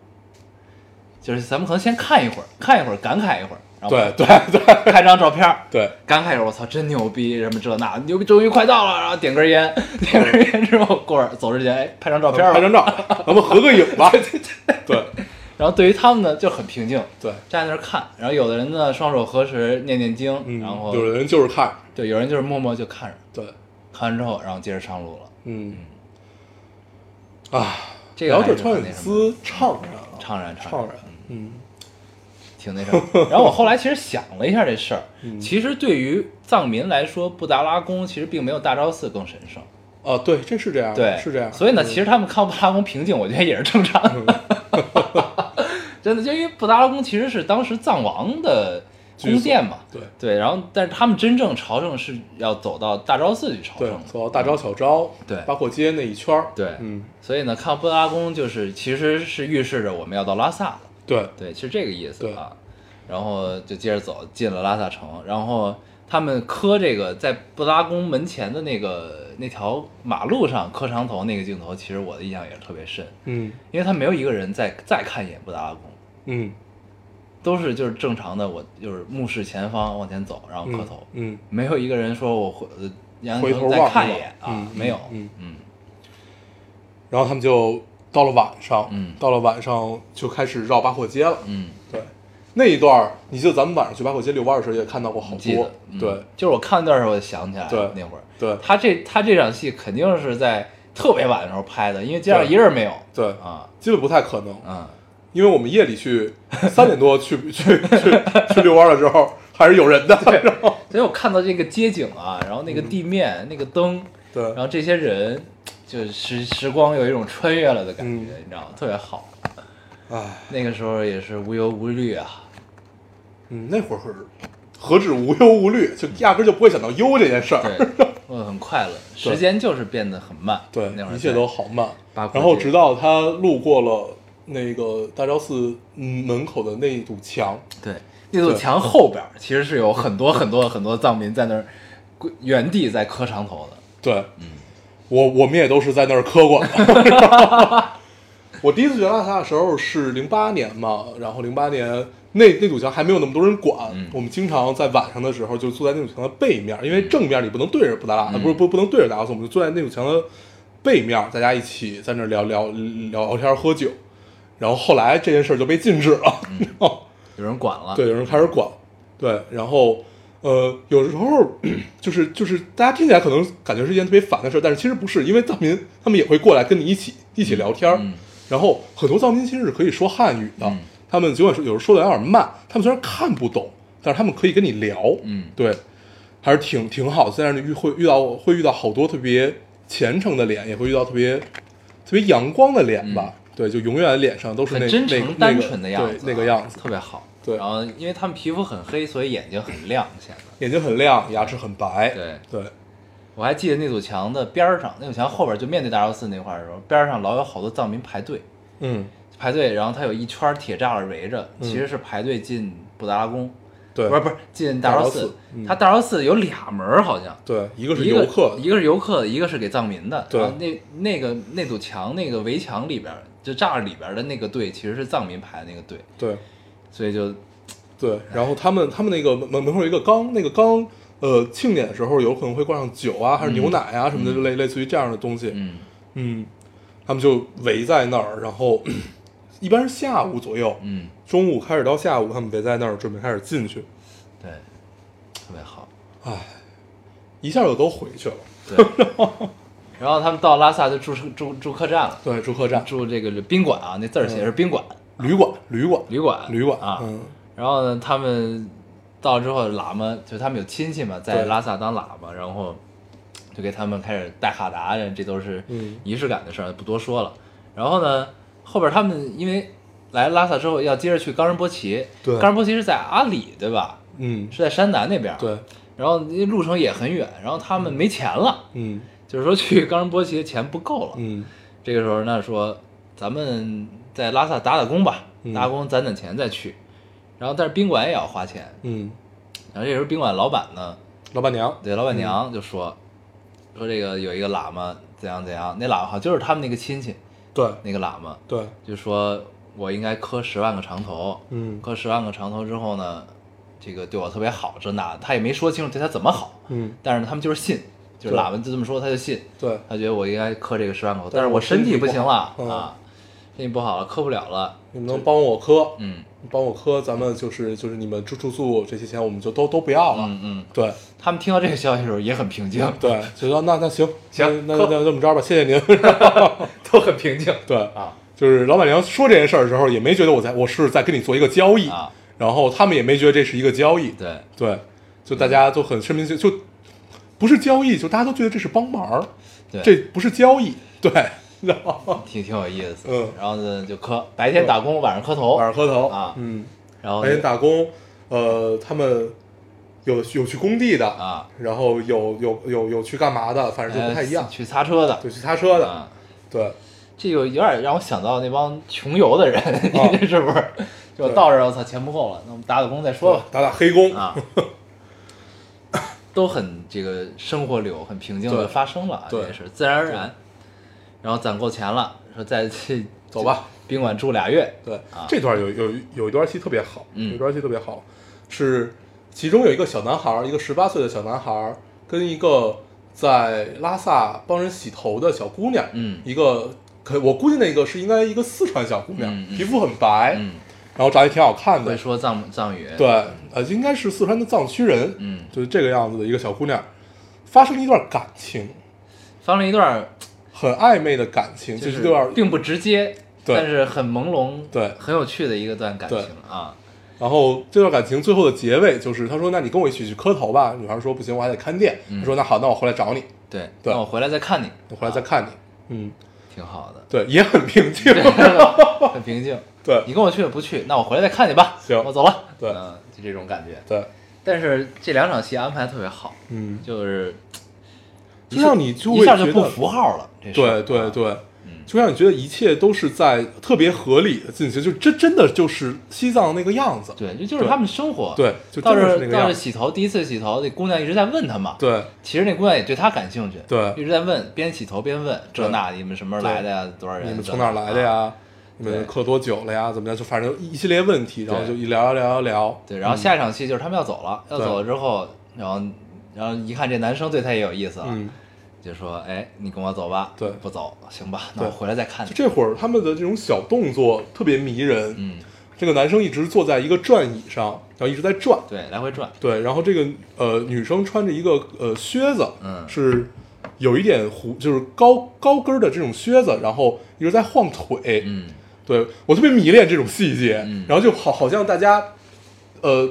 S1: 就是咱们可能先看一会儿，看一会儿感慨一会儿，然后
S2: 对对对
S1: 拍张照片儿。
S2: 对
S1: 感慨一会儿，我操，真牛逼，什么这那，牛逼，终于快到了，然后点根烟，点根烟之后，过会儿走之前，哎，拍张照片儿吧
S2: 拍张，照，咱们合个影吧，对
S1: 然后对于他们呢，就很平静，
S2: 对，
S1: 站在那儿看，然后有的人呢双手合十念念经，
S2: 嗯，
S1: 然后
S2: 有的人就是看，
S1: 对有人就是默默就看着，
S2: 对，
S1: 看完之后然后接着上路了。
S2: 嗯，啊，
S1: 这个
S2: 聊着
S1: 还是
S2: 突
S1: 很
S2: 然有
S1: 那
S2: 一
S1: 什
S2: 丝怅然啊，
S1: 怅然
S2: 怅
S1: 怅
S2: 然，嗯，
S1: 挺那什么。然后我后来其实想了一下这 事儿，
S2: 嗯
S1: 其实对于藏民来说，布达拉宫其实并没有大昭寺更神圣，
S2: 啊，对，这是这样，
S1: 对，
S2: 是这样，
S1: 所以呢，
S2: 嗯
S1: 其实他们看布达拉宫平静，我觉得也是正常的。真的，就因 为布达拉宫其实是当时藏王的宫殿嘛，
S2: 对
S1: 对，然后但是他们真正朝圣是要走到大昭寺去朝
S2: 对
S1: 圣，的。
S2: 走到大昭小昭，
S1: 嗯对
S2: 八廓街那一圈儿，
S1: 对
S2: 嗯，
S1: 所以呢，看布达拉宫就是其实是预示着我们要到拉萨了，
S2: 对，
S1: 对，是这个意思
S2: 对
S1: 啊。然后就接着走，进了拉萨城，然后他们磕这个在布达拉宫门前的那个那条马路上磕长头那个镜头，其实我的印象也是特别深，
S2: 嗯
S1: 因为他没有一个人 再再看一眼布达拉宫，
S2: 嗯，
S1: 都是就是正常的，我就是目视前方往前走，然后
S2: 嗯
S1: 磕头，
S2: 嗯，
S1: 没有一个人说我回呃然后
S2: 回头
S1: 再
S2: 望
S1: 看
S2: 是吧
S1: 一眼啊
S2: 嗯，
S1: 没有，
S2: 嗯
S1: 嗯
S2: 然后他们就到了晚上，
S1: 嗯
S2: 到了晚上就开始绕八廓街了。
S1: 嗯，
S2: 对，那一段儿，你记得咱们晚上去八廓街遛弯儿的时候也看到过好
S1: 我记得
S2: 多，，
S1: 嗯
S2: 对，
S1: 就是我看那段时候我就想起来了，
S2: 对
S1: 那会儿
S2: 对
S1: 他这他这场戏肯定是在特别晚的时候拍的，因为街上
S2: 对
S1: 一人没有
S2: 对，
S1: 啊，
S2: 基本不太可能，
S1: 嗯，
S2: 因为我们夜 里去三点多去去去去遛弯儿的时候还是有人的，然后
S1: 所以我看到这个街景啊，然后那个地
S2: 嗯
S1: 面、那个灯，
S2: 对
S1: 然，后这些人，就是时时光有一种穿越了的感
S2: 嗯
S1: 觉，你知道吗？特别好。
S2: 唉，
S1: 那个时候也是无忧无虑啊，
S2: 嗯，那会儿何止无忧无虑，就压根儿就不会想到忧这件事儿。
S1: 对，我很快乐，时间就是变得很慢，
S2: 对，
S1: 那会儿
S2: 一切
S1: 在
S2: 都好慢。
S1: 八廓
S2: 然后
S1: 街
S2: 直到他路过了那个大昭寺门口的那一堵墙，
S1: 对，那堵
S2: 对
S1: 墙后边儿其实是有很多很多很多藏民在那儿跪原地在磕长头的。
S2: 对，我我们也都是在那儿磕过的。 我第一次觉得他的时候是零八年嘛，然后零八年那那堵墙还没有那么多人管，
S1: 嗯
S2: 我们经常在晚上的时候就坐在那堵墙的背面，因为正面你不能对着布达拉，呃不是不不能对着达拉寺，我们就坐在那堵墙的背面，大家一起在那儿聊聊聊聊天喝酒，然后后来这件事儿就被禁止了，然 后
S1: 有人管了，
S2: 对，有人开始管，对，然后呃，有时候就是就是大家听起来可能感觉是一件特别烦的事儿，但是其实不是，因为藏民他们也会过来跟你一起一起聊天儿，
S1: 嗯
S2: 然后很多藏民其实是可以说汉语的，
S1: 嗯
S2: 他们尽管说有时候说的有点慢，他们虽然看不懂，但是他们可以跟你聊，
S1: 嗯
S2: 对，还是挺挺好的，在那里遇会遇到会遇到好多特别虔诚的脸，也会遇到特别特别阳光的脸吧。对，就永远脸上都是那
S1: 嗯很真
S2: 那
S1: 诚
S2: 个
S1: 单纯的样子
S2: 那
S1: 啊
S2: 个，对那个样子。
S1: 特别好。
S2: 对
S1: 然后因为他们皮肤很黑，所以眼睛很亮，显得。
S2: 眼睛很亮，牙齿很白。
S1: 对
S2: 对
S1: 我还记得那堵墙的边儿上，那堵墙后边就面对大昭寺那块儿的时候，边儿上老有好多藏民排队
S2: 嗯，
S1: 排队，然后他有一圈儿铁栅栏围着，
S2: 嗯
S1: 其实是排队进布达拉宫，
S2: 对，
S1: 不是不是进大
S2: 大
S1: 昭
S2: 昭
S1: 寺
S2: 寺。嗯
S1: 他大昭寺有俩门儿，好像
S2: 对，一个是
S1: 一
S2: 游客，
S1: 一个是游客，一个是给藏民的。
S2: 对
S1: 然后那那个那堵墙那个围墙里边儿，就栅栏里边儿的那个队，其实是藏民排的那个队，
S2: 对
S1: 所以就
S2: 对。然后他们他们那个门门口有一个缸，那个缸呃庆典的时候有可能会灌上酒啊，还是牛奶啊、什么的，就类类似于这样的东西。
S1: 嗯
S2: 嗯，他们就围在那儿，然后一般是下午左右，
S1: 嗯
S2: 中午开始到下午，他们围在那儿准备开始进去，
S1: 对，特别好。
S2: 一下就都回去了。
S1: 对，然后他们到拉萨就住住住客栈了，
S2: 对，住客栈、
S1: 住这个宾馆啊，那字儿写的是宾馆、
S2: 旅馆、旅馆、
S1: 啊旅馆、
S2: 旅馆
S1: 啊。
S2: 嗯，
S1: 然后呢，他们到之后，喇嘛就他们有亲戚嘛，在
S2: 对
S1: 拉萨当喇嘛，然后就给他们开始带哈达人，这都是
S2: 嗯
S1: 仪式感的事儿，不多说了。然后呢，后边他们因为来拉萨之后要接着去冈仁波齐，
S2: 对
S1: 冈仁波齐是在阿里对吧？
S2: 嗯，
S1: 是在山南那边，。
S2: 对，
S1: 然后那路程也很远，然后他们没钱了，
S2: 嗯
S1: 就是说去冈仁波齐的钱不够了。
S2: 嗯
S1: 这个时候那说咱们在拉萨打打工吧，
S2: 嗯
S1: 打打工攒攒钱再去。然后但是宾馆也要花钱，
S2: 嗯，
S1: 然后这时候宾馆老板呢，
S2: 老板娘，
S1: 对老板娘就说、说这个有一个喇嘛怎样怎样，那喇嘛好像就是他们那个亲戚，
S2: 对
S1: 那个喇嘛
S2: 对，
S1: 就说我应该磕十万个长头，
S2: 嗯
S1: 磕十万个长头之后呢，这个对我特别好，这那的他也没说清楚对他怎么好，
S2: 嗯
S1: 但是他们就是信，就是
S2: 对
S1: 喇嘛就这么说他就信，
S2: 对，
S1: 他觉得我应该磕这个十万口，
S2: 但
S1: 但是
S2: 是
S1: 我
S2: 我
S1: 身
S2: 身
S1: 体
S2: 体
S1: 不
S2: 不
S1: 行了
S2: 好、嗯
S1: 啊，身体不好了，磕不了了。
S2: 你们能帮我磕，
S1: 嗯
S2: 帮我磕，咱们就是就是你们住住宿这些钱，我们就都都不要了。
S1: 嗯嗯，
S2: 对
S1: 他们听到这个消息的时候也很平静，
S2: 对，就说那那行
S1: 行
S2: 那
S1: 磕
S2: 那那这么着吧，谢谢您。
S1: 都很平静
S2: 对
S1: 啊
S2: 就是老板娘说这件事儿的时候，也没觉得我在我是在跟你做一个交易，
S1: 啊，
S2: 然后他们也没觉得这是一个交易。
S1: 对
S2: 对，就大家都很声明性，就不是交易，就大家都觉得这是帮忙儿，
S1: 对，
S2: 这不是交易。 对，然后
S1: 挺挺有意思。
S2: 嗯
S1: 然后呢就磕，白天打工，晚上磕头
S2: 晚，上磕头
S1: 啊
S2: 嗯，
S1: 然后
S2: 白天打工，呃，他们有有去工地的
S1: 啊，
S2: 然后有有有有去干嘛的，反正就不太一样
S1: 呃，去擦车的
S2: 有去擦车的，
S1: 啊。
S2: 对
S1: 这有有点让我想到那帮穷游的人， 你这是不是？就
S2: 啊对
S1: 到这儿，我操，钱不够了，那我们打打工再说吧。
S2: 打打黑工，
S1: 哦 啊，都很这个生活流很平静的
S2: 对
S1: 发生了啊，
S2: 对
S1: 也是自然而然。然后攒够钱了，说再去
S2: 走吧，
S1: 宾馆住俩月。
S2: 对
S1: 啊，
S2: 这段有有有一段戏特别好，
S1: 嗯
S2: 有一段戏特别好，是其中有一个小男孩儿，一个十八岁的小男孩儿，跟一个在拉萨帮人洗头的小姑娘，
S1: 嗯
S2: 一个可我估计那个是应该一个四川小姑娘，
S1: 嗯嗯
S2: 皮肤很白，
S1: 嗯，
S2: 然后长得也挺好看
S1: 会
S2: 的，
S1: 说藏藏语。
S2: 对，呃，应该是四川的藏区人，
S1: 嗯，
S2: 就是这个样子的一个小姑娘，发生了一段感情，
S1: 放了一段儿，
S2: 很暧昧的感情，
S1: 就
S2: 就是是有点
S1: 并不直接，
S2: 对
S1: 但是很朦胧，
S2: 对
S1: 很有趣的一个段感
S2: 对
S1: 情啊。
S2: 然后这段感情最后的结尾就是，他说：“那你跟我一起去磕头吧。”女孩说：“不行，我还得看店。
S1: 嗯
S2: 他说：“那好，那我回来找你，
S1: 对，
S2: 对
S1: 那我回来再看你，啊
S2: 我回来再看你。嗯，，
S1: 挺好的
S2: 对，也很平静。
S1: 很平静。
S2: 对
S1: 你跟我去不去？那我回来再看你吧。
S2: 行
S1: 我走了。啊
S2: 对
S1: 嗯，就这种感觉。
S2: 对，
S4: 但是这两场戏安排特别好，
S2: 嗯，
S4: 就是
S2: 就让你就
S1: 一
S2: 会
S1: 下
S2: 觉
S1: 就
S2: 得
S1: 不符号了。这事
S2: 对
S1: 儿啊
S2: 对对，
S1: 嗯
S2: 就让你觉得一切都是在特别合理的进行，就真真的就是西藏那个样子。
S1: 对，就就是
S2: 对
S1: 他们生活。
S2: 对就
S1: 到
S2: 真
S1: 这
S2: 的是
S1: 儿
S2: 那个
S1: 到这儿
S2: 样子。
S1: 洗头，第一次洗头，那姑娘一直在问他嘛。
S2: 对
S1: 其实那姑娘也对他感兴趣，
S2: 对
S1: 一直在问，边洗头边问这
S2: 对
S1: 那你们什么时候来的呀？多少人？
S2: 你们
S1: 这
S2: 从哪儿来的？
S1: 啊
S2: 呀？你们刻多久了呀？怎么样？就反正一系列问题，然后就一聊聊聊聊。
S1: 对，然后下一场戏就是他们要走了，要
S2: 嗯对
S1: 走了之后，然后然后一看这男生对她也有意思了，
S2: 嗯，
S1: 就说：“哎，你跟我走吧。”
S2: 对
S1: 不走，行吧，那我
S2: 对
S1: 回来再看你
S2: 就。这会儿他们的这种小动作特别迷人。
S1: 嗯，
S2: 这个男生一直坐在一个转椅上，然后一直在转。
S1: 对，来回转，
S2: 对，然后这个呃女生穿着一个呃靴子，
S4: 嗯
S2: 是有一点弧，就是高高跟儿的这种靴子，然后一直在晃腿，
S4: 嗯，
S2: 对我特别迷恋这种细节，
S4: 嗯
S2: 然后就好好像大家呃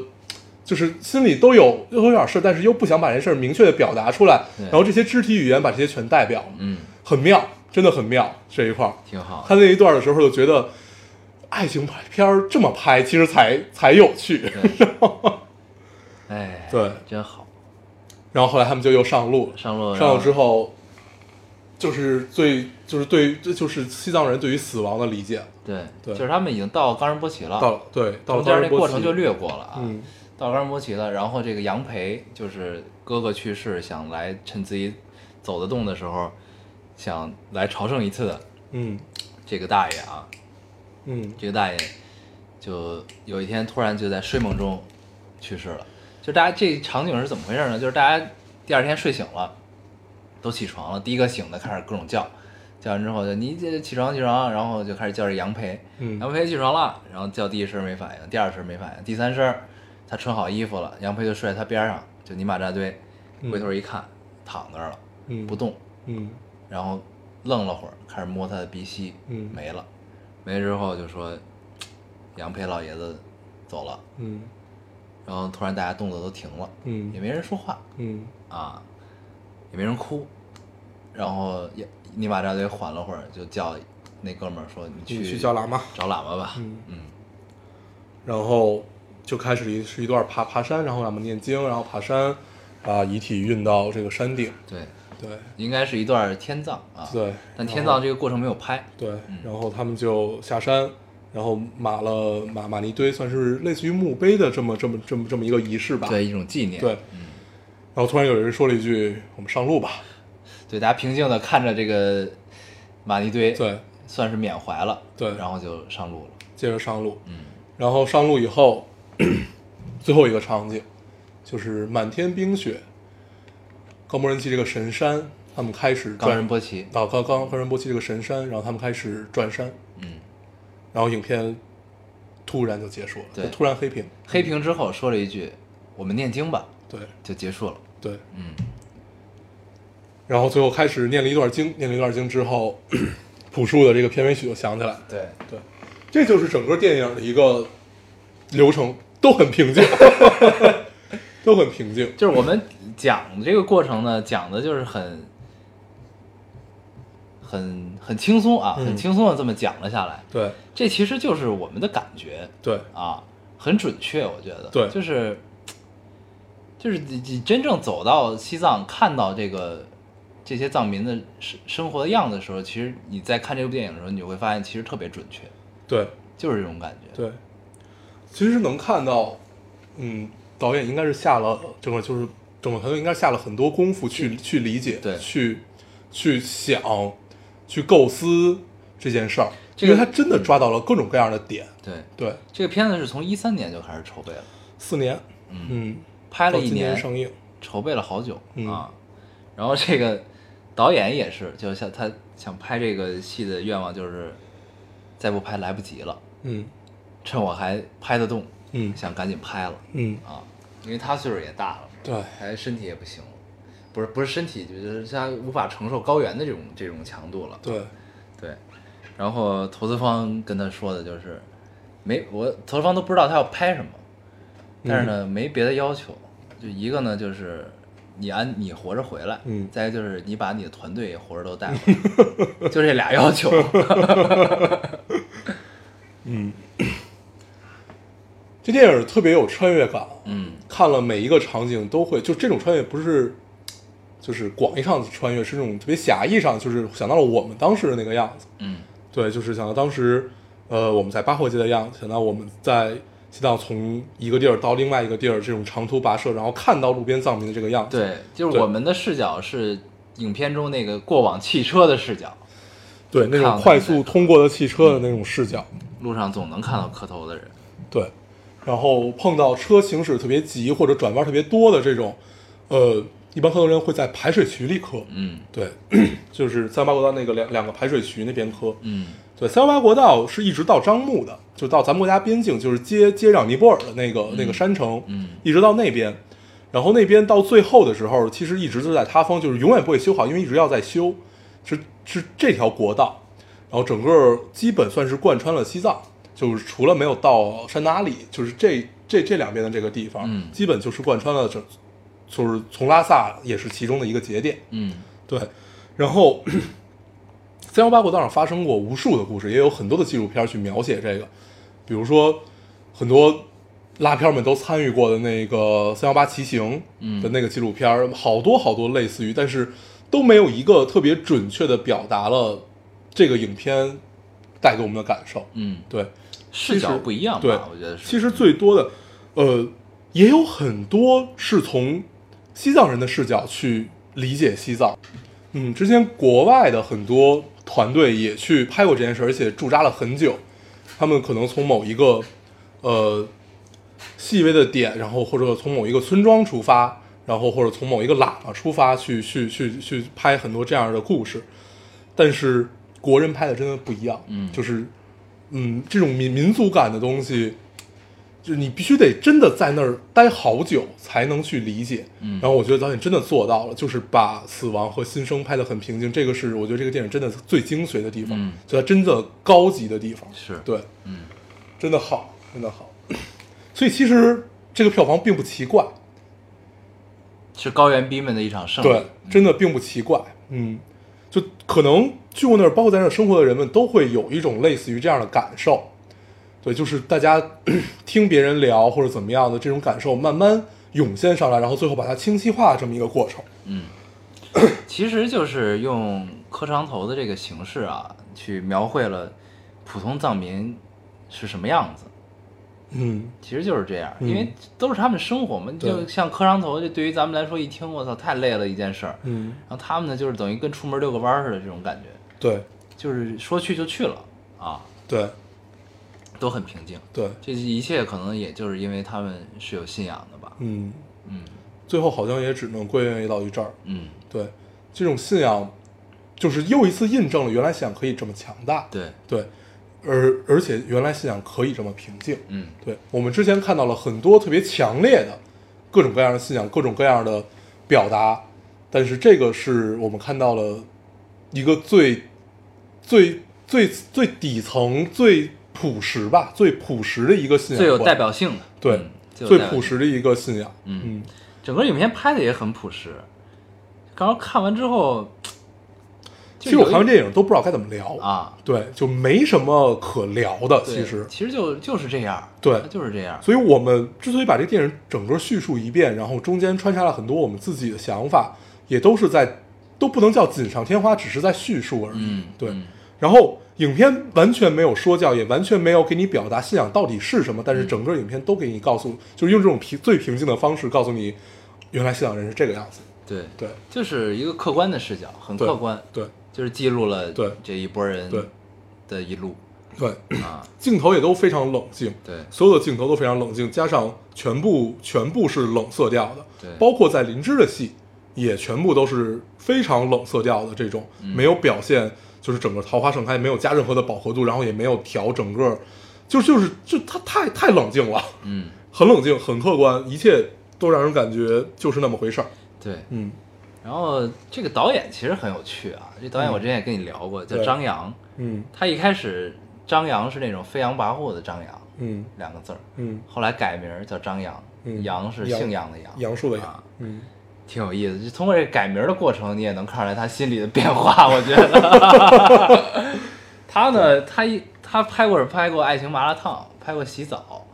S2: 就是心里都有都有点事儿，但是又不想把这事儿明确的表达出来，
S4: 对
S2: 然后这些肢体语言把这些全代表了，
S4: 嗯，
S2: 很妙，真的很妙这一块儿。
S4: 挺好。
S2: 看那一段的时候，就觉得爱情片儿这么拍，其实才才有趣。
S4: 哎，
S2: 对，
S4: 真好。
S2: 然后后来他们就又上路了，
S4: 上
S1: 嗯
S4: 路
S2: 上路之
S4: 后，
S2: 后，就是最就是对这就是西藏人对于死亡的理解
S4: 对，
S2: 对
S1: 就是他们已经到冈仁波齐了，
S2: 到了，对，到了
S1: 中间
S2: 冈
S1: 那
S2: 仁波
S1: 过
S2: 齐
S1: 程就略过了啊。
S2: 嗯，
S1: 到冈仁波齐了，然后这个杨培就是哥哥去世，想来趁自己走得动的时候，想来朝圣一次的
S2: 嗯
S1: 这个大爷啊，
S2: 嗯
S1: 这个大爷就有一天突然就在睡梦中去世了。就大家这场景是怎么回事呢？就是大家第二天睡醒了，都起床了，第一个醒的开始各种叫，叫完之后就你这起床起床，然后就开始叫这杨培，
S2: 嗯
S1: 杨培起床了，然后叫第一声没反应，第二声没反应，第三声他穿好衣服了，杨培就睡在他边上，就泥马扎堆，
S2: 嗯
S1: 回头一看，躺那儿了，
S2: 嗯
S1: 不动，
S2: 嗯
S1: 然后愣了会儿，开始摸他的鼻息，
S2: 嗯
S1: 没了，没了之后就说杨培老爷子走了，
S2: 嗯
S1: 然后突然大家动作都停了，
S2: 嗯
S1: 也没人说话
S2: 嗯
S1: 啊，也没人哭，然后也尼玛扎堆缓了会儿，就叫那哥们儿说你去
S2: 嗯去叫喇嘛，
S1: 找喇嘛吧，
S2: 嗯
S1: 嗯
S2: 然后就开始一是一段爬爬山，然后让我们念经，然后爬山把遗体运到这个山顶，
S1: 对，
S2: 对
S1: 应该是一段天葬啊，
S2: 对
S1: 但天
S2: 然后
S1: 葬这个过程没有拍，
S2: 对，然后他们就下山。然后码了码码了一堆，算是类似于墓碑的这么这么这么这么一个仪式吧。
S1: 对一嗯种纪念，
S2: 对，然后突然有人说了一句：“我们上路吧。
S1: 对，大家平静的看着这个马尼堆，”
S2: 对，
S1: 算是缅怀了，
S2: 对
S1: 然后就上路了，
S2: 接着上路。
S1: 嗯，
S2: 然后上路以后， 最后一个场景就是满天冰雪，高莫人奇这个神山，他们开始
S1: 冈
S2: 转
S1: 仁波齐，
S2: 啊，高高高仁波齐这个神山，然后他们开始转山，
S1: 嗯，
S2: 然后影片突然就结束了，
S1: 对
S2: 就突然黑屏。
S1: 黑屏之后说了一句：“我们念经吧
S2: 对”，
S1: 就结束了。
S2: 对，
S1: 嗯，
S2: 然后最后开始念了一段经，念了一段经之后， 朴树的这个片尾曲就响起来了。
S1: 对，
S2: 对，这就是整个电影的一个流程，都很平静， 都很平静。
S1: 就是我们讲的这个过程呢，讲的就是很很很轻松啊，
S2: 嗯
S1: 很轻松的这么讲了下来。
S2: 对
S1: 这其实就是我们的感觉
S2: 对
S1: 啊，很准确，我觉得。
S2: 对
S1: 就是就是你你真正走到西藏，看到这个。这些藏民的生生活的样子的时候，其实你在看这部电影的时候，你就会发现其实特别准确，
S2: 对
S1: 就是这种感觉。
S2: 对，其实能看到，嗯，导演应该是下了整个就是整个团队应该下了很多功夫去去理解，
S1: 嗯对
S2: 去去想，去构思这件事儿，
S1: 这个嗯
S2: 因为他真的抓到了各种各样的点。
S1: 对，
S2: 对，
S1: 这个片子是从一三年就开始筹备了，
S2: 四年，嗯，
S1: 拍了
S2: 到
S1: 一
S2: 今
S1: 年，
S2: 上映，
S1: 筹备了好久、
S2: 嗯
S1: 啊。然后这个导演也是，就像他想拍这个戏的愿望就是，再不拍来不及了，
S2: 嗯
S1: 趁我还拍得动，
S2: 嗯
S1: 想赶紧拍了
S2: 嗯，
S1: 啊，因为他岁数也大了，
S2: 对
S1: 还身体也不行了，不是不是身体，就是他无法承受高原的这种这种强度了。
S2: 对，
S1: 对，然后投资方跟他说的就是，没我投资方都不知道他要拍什么，但是
S2: 嗯
S1: 呢、没别的要求，就一个呢就是你安你活着回来，
S2: 嗯
S1: 再一个就是你把你的团队也活着都带回 来，就这俩要求，
S2: 这这电影特别有穿越感，
S1: 嗯，
S2: 看了每一个场景都会，就这种穿越不是，就是广义上的穿越，是那种特别狭义上，就是想到了我们当时的那个样子，
S1: 嗯，
S2: 对，就是想到当时，呃，我们在八廓街的样子，想到我们在西藏从一个地儿到另外一个地儿这种长途跋涉，然后看到路边藏民的这个样子，
S1: 对，就是
S2: 对
S1: 我们的视角是影片中那个过往汽车的视角，
S2: 对，那
S1: 看
S2: 种
S1: 了
S2: 快
S1: 那个
S2: 速通过的汽车的那种视角，
S1: 路上总能看到磕头的人。
S2: 对，然后碰到车行驶特别急或者转弯特别多的这种，呃，一般磕头人会在排水渠里磕，
S1: 嗯
S2: 对， 就是三八国道那个两两个排水渠那边磕，
S1: 嗯
S2: 对，三八国道是一直到樟木的，就到咱们国家边境，就是接接壤尼泊尔的那个、那个山城，
S1: 嗯
S2: 一直到那边，然后那边到最后的时候，其实一直就在塌方，就是永远不会修好，因为一直要在修，是是这条国道，然后整个基本算是贯穿了西藏，就是除了没有到山达里，就是这这这两边的这个地方，
S1: 嗯
S2: 基本就是贯穿了整，就是从拉萨也是其中的一个节点，
S1: 嗯
S2: 对，然后三幺八国道上发生过无数的故事，也有很多的纪录片去描写这个，比如说很多拉片们都参与过的那个三幺八骑行的那个纪录片，好多好多类似于，但是都没有一个特别准确的表达了这个影片带给我们的感受。
S1: 嗯，
S2: 对，
S1: 视角不一样吧？
S2: 对
S1: 我觉得是。
S2: 其实最多的，呃，也有很多是从西藏人的视角去理解西藏。嗯，之前国外的很多团队也去拍过这件事，而且驻扎了很久。他们可能从某一个呃细微的点，然后或者从某一个村庄出发，然后或者从某一个喇嘛出发，去去去去拍很多这样的故事。但是国人拍的真的不一样，
S1: 嗯
S2: 就是嗯这种民民族感的东西，就是你必须得真的在那儿待好久才能去理解。
S1: 嗯
S2: 然后我觉得导演真的做到了，就是把死亡和新生拍得很平静，这个是我觉得这个电影真的最精髓的地方，
S1: 嗯
S2: 就它真的高级的地方。
S1: 是
S2: 对，
S1: 嗯，
S2: 真的好，真的好。所以其实这个票房并不奇怪，
S1: 是高原逼们的一场胜利。嗯
S2: 对，真的并不奇怪。嗯，就可能去过那儿，包括在那儿生活的人们，都会有一种类似于这样的感受。对，就是大家听别人聊或者怎么样的这种感受，慢慢涌现上来，然后最后把它清晰化的这么一个过程。
S1: 嗯其实就是用磕长头的这个形式啊，去描绘了普通藏民是什么样子。
S2: 嗯，
S1: 其实就是这样，
S2: 嗯
S1: 因为都是他们生活嘛。
S2: 对
S1: 就像磕长头，这对于咱们来说，一听我操太累了一件事儿。
S2: 嗯，
S1: 然后他们呢，就是等于跟出门遛个弯儿似的这种感觉，
S2: 对，
S1: 就是说去就去了啊，
S2: 对，
S1: 都很平静。
S2: 对，
S1: 这一切可能也就是因为他们是有信仰的吧。
S2: 嗯，
S1: 嗯
S2: 最后好像也只能归为到于这儿。
S1: 嗯，
S2: 对，这种信仰，就是又一次印证了原来信仰可以这么强大。
S1: 对，
S2: 对，而而且原来信仰可以这么平静。
S1: 嗯
S2: 对我们之前看到了很多特别强烈的各种各样的信仰，各种各样的表达，但是这个是我们看到了一个最最最最底层、最朴实吧，最朴实的一个信仰
S1: 最有
S2: 观，
S1: 代表性的，
S2: 啊对、
S1: 嗯最有
S2: 最
S1: 代表
S2: 朴
S1: 性
S2: 实的一个信仰。
S1: 嗯
S2: 嗯
S1: 整个影片拍的也很朴实，然后看完之后，
S2: 其实我看完
S1: 这
S2: 电影都不知道该怎么聊。
S1: 啊，
S2: 对，就没什么可聊的，
S1: 对
S2: 其实，
S1: 其实就就是这样，
S2: 对
S1: 它就是这样，
S2: 所以我们之所以把这电影整个叙述一遍，然后中间穿插了很多我们自己的想法，也都是在都不能叫锦上添花，只是在叙述而已。
S1: 嗯，
S2: 对
S1: 嗯
S2: 然后影片完全没有说教，也完全没有给你表达信仰到底是什么，
S1: 嗯
S2: 但是整个影片都给你告诉，就是用这种平最平静的方式告诉你，原来信仰人是这个样子。
S1: 对，
S2: 对
S1: 就是一个客观的视角，很
S2: 对
S1: 客观，
S2: 对
S1: 就是记录了
S2: 对
S1: 这一波人
S2: 对
S1: 的一 路
S2: 对，
S1: 啊，
S2: 镜头也都非常冷静。
S1: 对
S2: 所有的镜头都非常冷静，加上全部全部是冷色调的，
S1: 对
S2: 包括在林芝的戏也全部都是非常冷色调的这种，
S1: 嗯
S2: 没有表现就是整个桃花盛开，没有加任何的饱和度，然后也没有调整个，就就是就它太太冷静了，
S1: 嗯，
S2: 很冷静，很客观，一切都让人感觉就是那么回事儿。
S1: 对。
S2: 嗯
S1: 然后这个导演其实很有趣啊，这导演我之前也跟你聊过，叫
S2: 嗯对
S1: 张扬，
S2: 嗯
S1: 他一开始张扬是那种飞扬跋扈的张扬，
S2: 嗯
S1: 两个字儿，
S2: 嗯，
S1: 后来改名儿叫张扬，
S2: 嗯
S1: 杨是
S2: 杨
S1: 姓杨的杨，
S2: 杨树的杨
S1: 啊，
S2: 嗯，
S1: 挺有意思。就通过这改名儿的过程，你也能看出来他心里的变 化。我觉得他呢，他一他拍过是拍过《爱情麻辣烫》，拍过《洗澡》，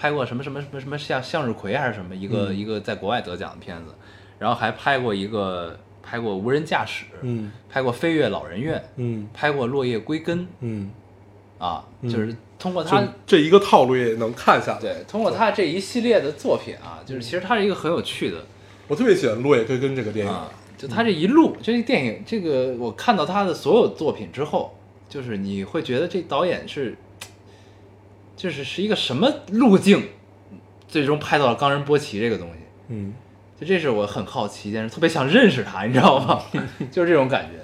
S1: 拍过什么什么什么什么向向日葵还是什么一
S2: 嗯
S1: 个、一个在国外得奖的片子，然后还拍过一个拍过无人驾驶，
S2: 嗯
S1: 拍过飞越老人院，
S2: 嗯
S1: 拍过落叶归根
S2: 嗯，
S1: 啊，就是通过他
S2: 就这一个套路也能看下来。
S1: 对通过他这一系列的作品啊，
S2: 嗯
S1: 就是其实他是一个很有趣的。
S2: 我特别喜欢《落叶归根》这个电影
S1: 啊，，就他这一路，这个电影，这个我看到他的所有作品之后，就是你会觉得这导演是，就是是一个什么路径，最终拍到了冈仁波齐这个东西，
S2: 嗯，
S1: 就这是我很好奇一件事，特别想认识他，你知道吗？ 就是这种感觉。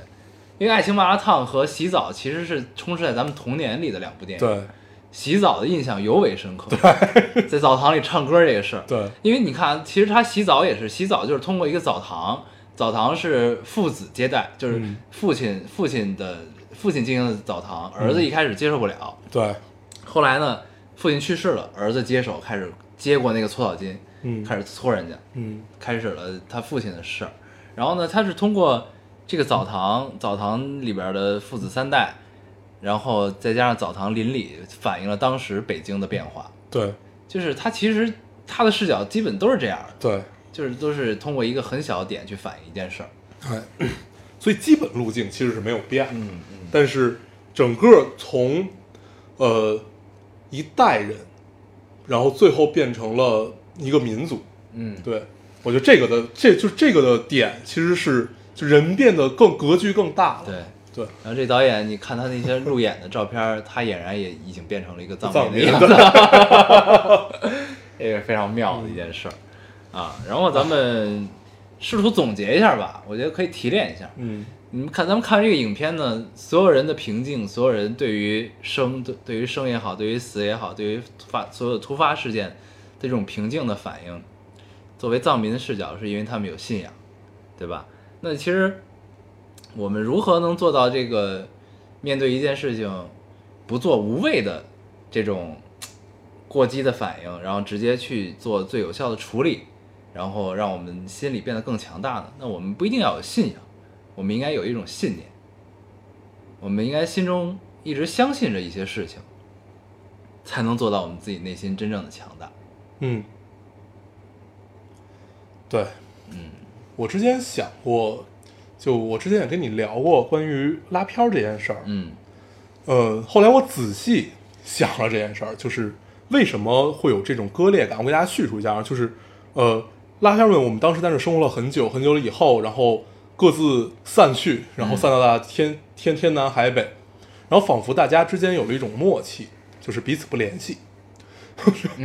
S1: 因为《爱情麻辣烫》和《洗澡》其实是充斥在咱们童年里的两部电影，《
S2: 对
S1: 洗澡》的印象尤为深刻，在澡堂里唱歌这个事儿，
S2: 对，
S1: 因为你看，其实他洗澡也是洗澡，就是通过一个澡堂，澡堂是父子接待，就是
S2: 嗯
S1: 父亲、父亲的父亲经营的澡堂，儿子一开始接受不了，
S2: 对，
S1: 后来呢，父亲去世了，儿子接手开始接过那个搓澡巾，
S2: 嗯
S1: 开始搓人家，
S2: 嗯
S1: 开始了他父亲的事儿。然后呢，他是通过这个澡堂，澡堂里边的父子三代，然后再加上澡堂邻里，反映了当时北京的变化，
S2: 对
S1: 就是他其实他的视角基本都是这样的。
S2: 对
S1: 就是都是通过一个很小的点去反映一件事儿。
S2: 对，所以基本路径其实是没有变的。
S1: 嗯
S2: 但是整个从呃一代人，然后最后变成了一个民族。
S1: 嗯，
S2: 对我觉得这个的这就这个的点其实是就人变得更格局更大了。
S1: 对。
S2: 对，
S1: 然后这导演，你看他那些路演的照片儿，他俨然也已经变成了一个藏
S2: 藏
S1: 民
S2: 民
S1: 的样
S2: 的
S1: 这也是非常妙的一件事儿、啊。然后咱们试图总结一下吧，我觉得可以提炼一下。
S2: 嗯
S1: 你们看，咱们看这个影片呢，所有人的平静，所有人对于生，对对于生也好，对于死也好，对于突发所有突发事件的这种平静的反应，作为藏民的视角，是因为他们有信仰，对吧？那其实我们如何能做到这个，面对一件事情，不做无谓的这种过激的反应，然后直接去做最有效的处理，然后让我们心里变得更强大呢？那我们不一定要有信仰。我们应该有一种信念，我们应该心中一直相信着一些事情，才能做到我们自己内心真正的强大。
S2: 嗯，对，嗯，我之前想过，就我之前也跟你聊过关于拉片儿这件事儿。
S1: 嗯
S2: 呃，后来我仔细想了这件事儿，就是为什么会有这种割裂感。我给大家叙述一下啊，就是呃，拉片们我们当时在那生活了很久很久了以后，然后各自散去，然后散到大天、天天南海北，然后仿佛大家之间有了一种默契，就是彼此不联系，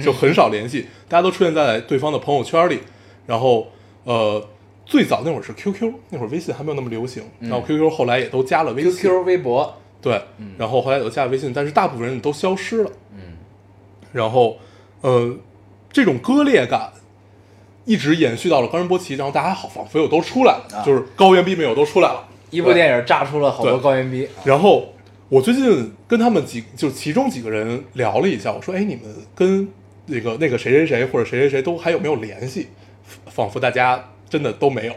S2: 就很少联系，大家都出现在对方的朋友圈里，然后呃。最早那会儿是 QQ，那会儿微信还没有那么流行，然后 QQ 后来也都加了微信
S1: 微博，
S2: 对，然后后来有加了微信，但是大部分人都消失了。嗯，然后，呃，这种割裂感一直延续到了冈仁波齐，然后大家好仿佛又都出来了，就是高原逼没有都出来了。
S1: 一部电影炸出了好多
S2: 对
S1: 高原逼。
S2: 然后我最近跟他们几就其中几个人聊了一下，我说：“哎，你们跟那个那个谁谁谁或者谁谁谁都还有没有联系？”仿佛大家真的都 没有，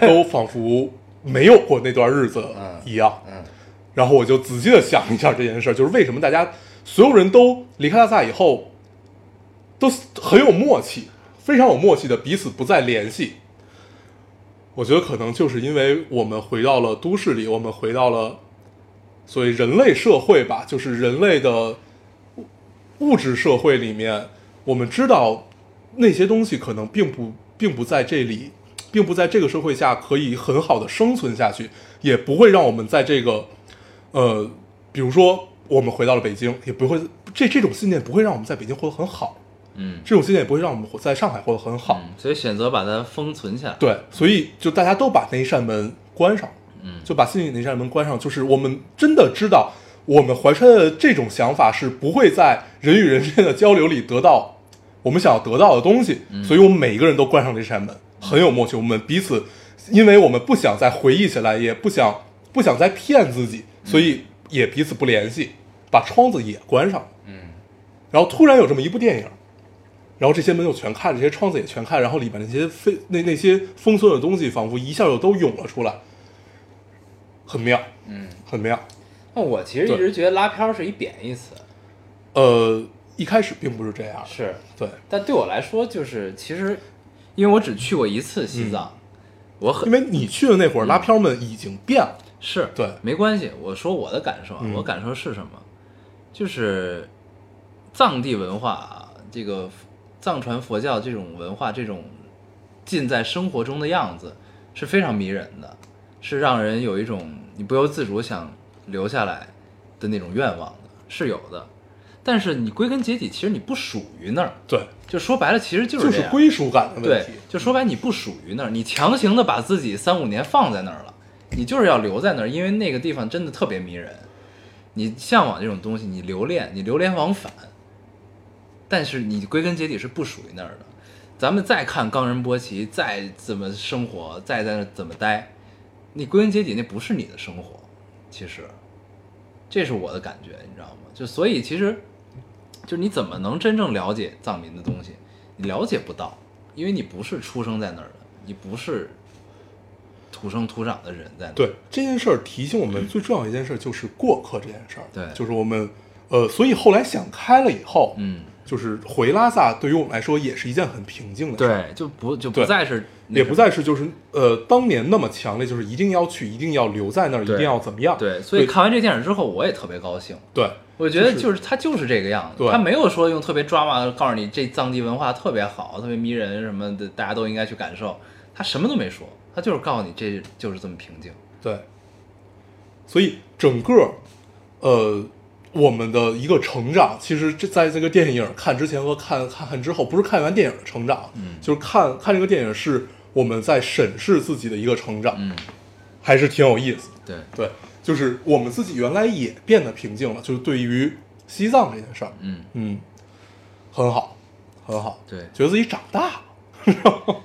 S2: 都仿佛没有过那段日子一样。
S1: 嗯
S2: 然后我就仔细的想一下这件事儿，就是为什么大家所有人都离开拉萨以后，都很有默契，非常有默契的彼此不再联系。我觉得可能就是因为我们回到了都市里，我们回到了所谓人类社会吧，就是人类的物物质社会里面，我们知道那些东西可能并不并不在这里，并不在这个社会下可以很好的生存下去，也不会让我们在这个呃，比如说我们回到了北京，也不会这这种信念不会让我们在北京活得很好，
S1: 嗯
S2: 这种信念也不会让我们活在上海活得很好。
S1: 嗯，所以选择把它封存下来。
S2: 对，所以就大家都把那一扇门关上，
S1: 嗯
S2: 就把心里那扇门关上。就是我们真的知道，我们怀揣的这种想法是不会在人与人之间的交流里得到我们想要得到的东西，所以我们每一个人都关上这扇门，很有默契。我们彼此，因为我们不想再回忆起来，也不想不想再骗自己，所以也彼此不联系，把窗子也关上。嗯，然后突然有这么一部电影，然后这些门就全开了，这些窗子也全开了，然后里面那些非那那些封存的东西，仿佛一下就都涌了出来，很妙，
S1: 嗯，
S2: 很妙。
S1: 那我其实一直觉得拉片儿是一贬义词，
S2: 呃，一开始并不是这样的，
S1: 是，
S2: 对，
S1: 但对我来说，就是其实，嗯因为我只去过一次西藏，我很
S2: 因为你去的那会儿，拉漂们已经变了，
S1: 是
S2: 对
S1: 没关系。我说我的感受啊，
S2: 嗯
S1: 我感受是什么？就是藏地文化啊，这个藏传佛教这种文化，这种近在生活中的样子是非常迷人的，是让人有一种你不由自主想留下来的那种愿望的，是有的。但是你归根结底，其实你不属于那儿，
S2: 对，
S1: 就说白了，其实就是
S2: 就
S1: 这
S2: 是
S1: 样。
S2: 归属感的问
S1: 对
S2: 题，，
S1: 就说白，你不属于那儿，你强行的把自己三五年放在那儿了，你就是要留在那儿，因为那个地方真的特别迷人。你向往这种东西，你留恋，你流连往返，但是你归根结底是不属于那儿的。咱们再看冈仁波齐，再怎么生活，再在那儿怎么待，你归根结底那不是你的生活，其实，这是我的感觉，你知道吗？就所以其实，就你怎么能真正了解藏民的东西？你了解不到，因为你不是出生在那儿的，你不是土生土长的人在那儿。
S2: 对这件事儿提醒我们最重要的一件事就是过客这件事儿，
S1: 对
S2: 就是我们呃，所以后来想开了以后，
S1: 嗯，
S2: 就是回拉萨对于我们来说也是一件很平静的事儿，
S1: 对，就不就不
S2: 对
S1: 再是那
S2: 也
S1: 个
S2: 不再是就是呃当年那么强烈，就是一定要去，一定要留在那儿，一
S1: 对
S2: 定要怎么样，
S1: 对，所以看完这电影之后，我也特别高兴。
S2: 对
S1: 我觉得
S2: 就是
S1: 就是他就是这个样子，
S2: 对
S1: 他没有说用特别 drama 告诉你这藏地文化特别好、特别迷人什么的，大家都应该去感受。他什么都没说，他就是告诉你这就是这么平静。
S2: 对，所以整个呃我们的一个成长，其实这在这个电影看之前和看看看之后，不是看完电影的成长，嗯，就是看看这个电影是我们在审视自己的一个成长，
S1: 嗯，
S2: 还是挺有意思的。
S1: 对，
S2: 对，就是我们自己原来也变得平静了，就是对于西藏这件事儿，
S1: 嗯，
S2: 嗯，很好，很好，
S1: 对
S2: 觉得自己长大了，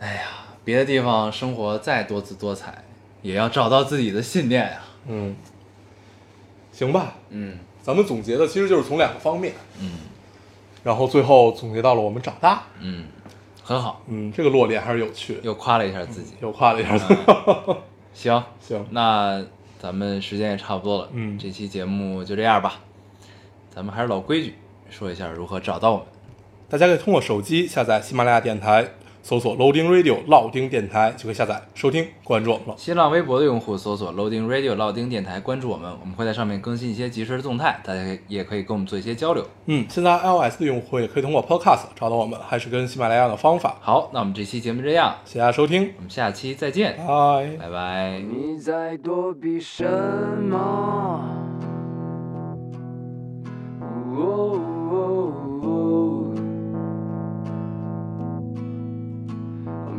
S1: 哎呀，别的地方生活再多姿多彩，也要找到自己的信念啊呀、
S2: 嗯，行吧，
S1: 嗯
S2: 咱们总结的其实就是从两个方面，嗯，然后最后总结到了我们长大，
S1: 嗯，很好，
S2: 嗯，这个落点还是有趣，
S1: 又夸了一下自己。
S2: 又夸了一下，
S1: 行，
S2: 行，
S1: 那咱们时间也差不多了，
S2: 嗯
S1: 这期节目就这样吧。咱们还是老规矩，说一下如何找到我们。
S2: 大家可以通过手机下载喜马拉雅电台，搜索 Loading Radio 老丁电台就可以下载收听关注我们了。
S1: 新浪微博的用户搜索 Loading Radio 老丁电台，关注我们，我们会在上面更新一些即时动态，大家可以也可以跟我们做一些交流。
S2: 嗯，现在 iOS 的用户也可以通过 Podcast 找到我们，还是跟喜马拉雅的方法。
S1: 好，那我们这期节目这样，
S2: 谢谢大家收听，
S1: 我们下期再见，
S2: 拜。
S1: 拜拜。
S5: 你在躲避什么？哦哦哦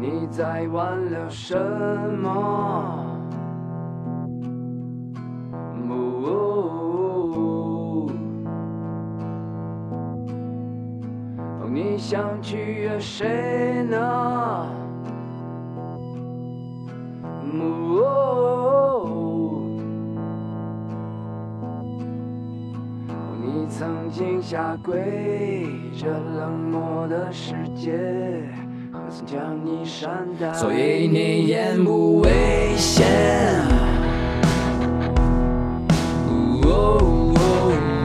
S5: 你在挽留什么？哦哦你想去约谁呢？哦，你曾经下跪，这冷漠的世界，何曾将你善待？所以你眼不危险。哦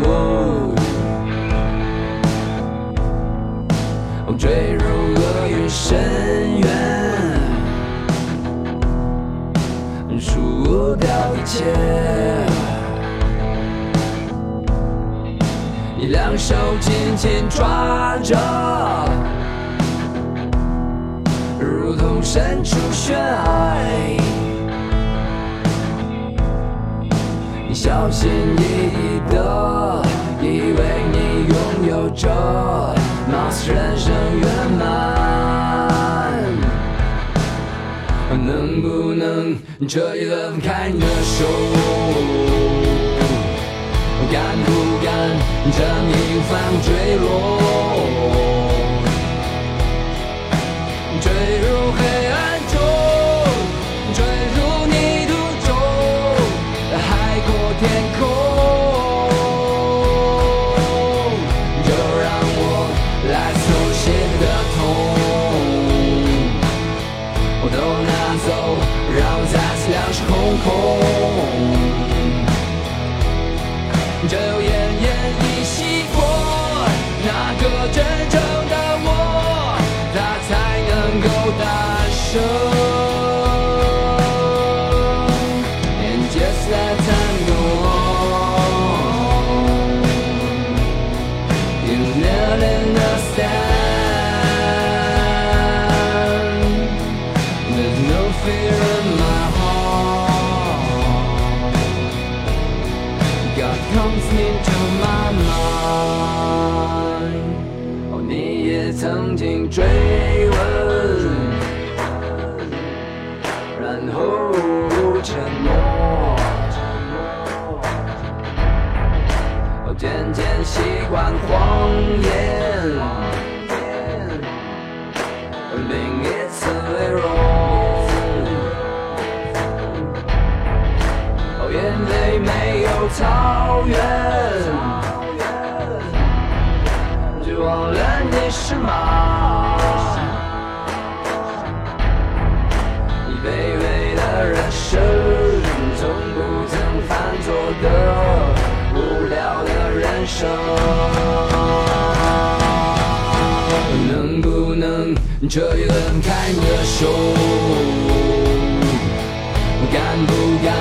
S5: 哦哦坠入厄运深渊。输掉一切。你两手紧紧抓着，如同身处悬崖。你小心翼翼的，以为你拥有着貌似人生圆满。能不能这一轮开你的手？敢不敢这命犯坠落？坠入黑暗中，坠入泥土中，海阔天空。就让我来手心的痛。我都拿走，让我再次两手空空。这又奄奄一息过，到真正的我，它才能够大声。And just let them go on. You never understand. There's no fear in my heart. God comes into my mind。哦，你也曾经追问，然后沉默。哦，渐渐习惯谎言。Living it's a little 哦，眼泪没有草原，就忘了你是马。你卑微的人生，从不曾犯错的无聊的人生。能不能这一轮看个手？敢不敢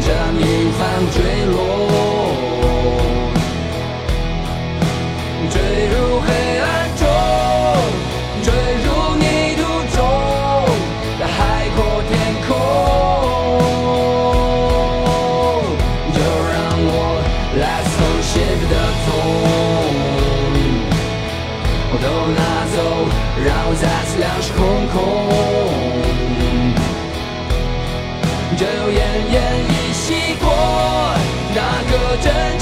S5: 这么一番坠落？坠入黑暗中，坠入泥土中，海阔天空。就让我来从邪恶的痛，我都拿走，让我再次两手空空。这又奄奄一息过，那个真正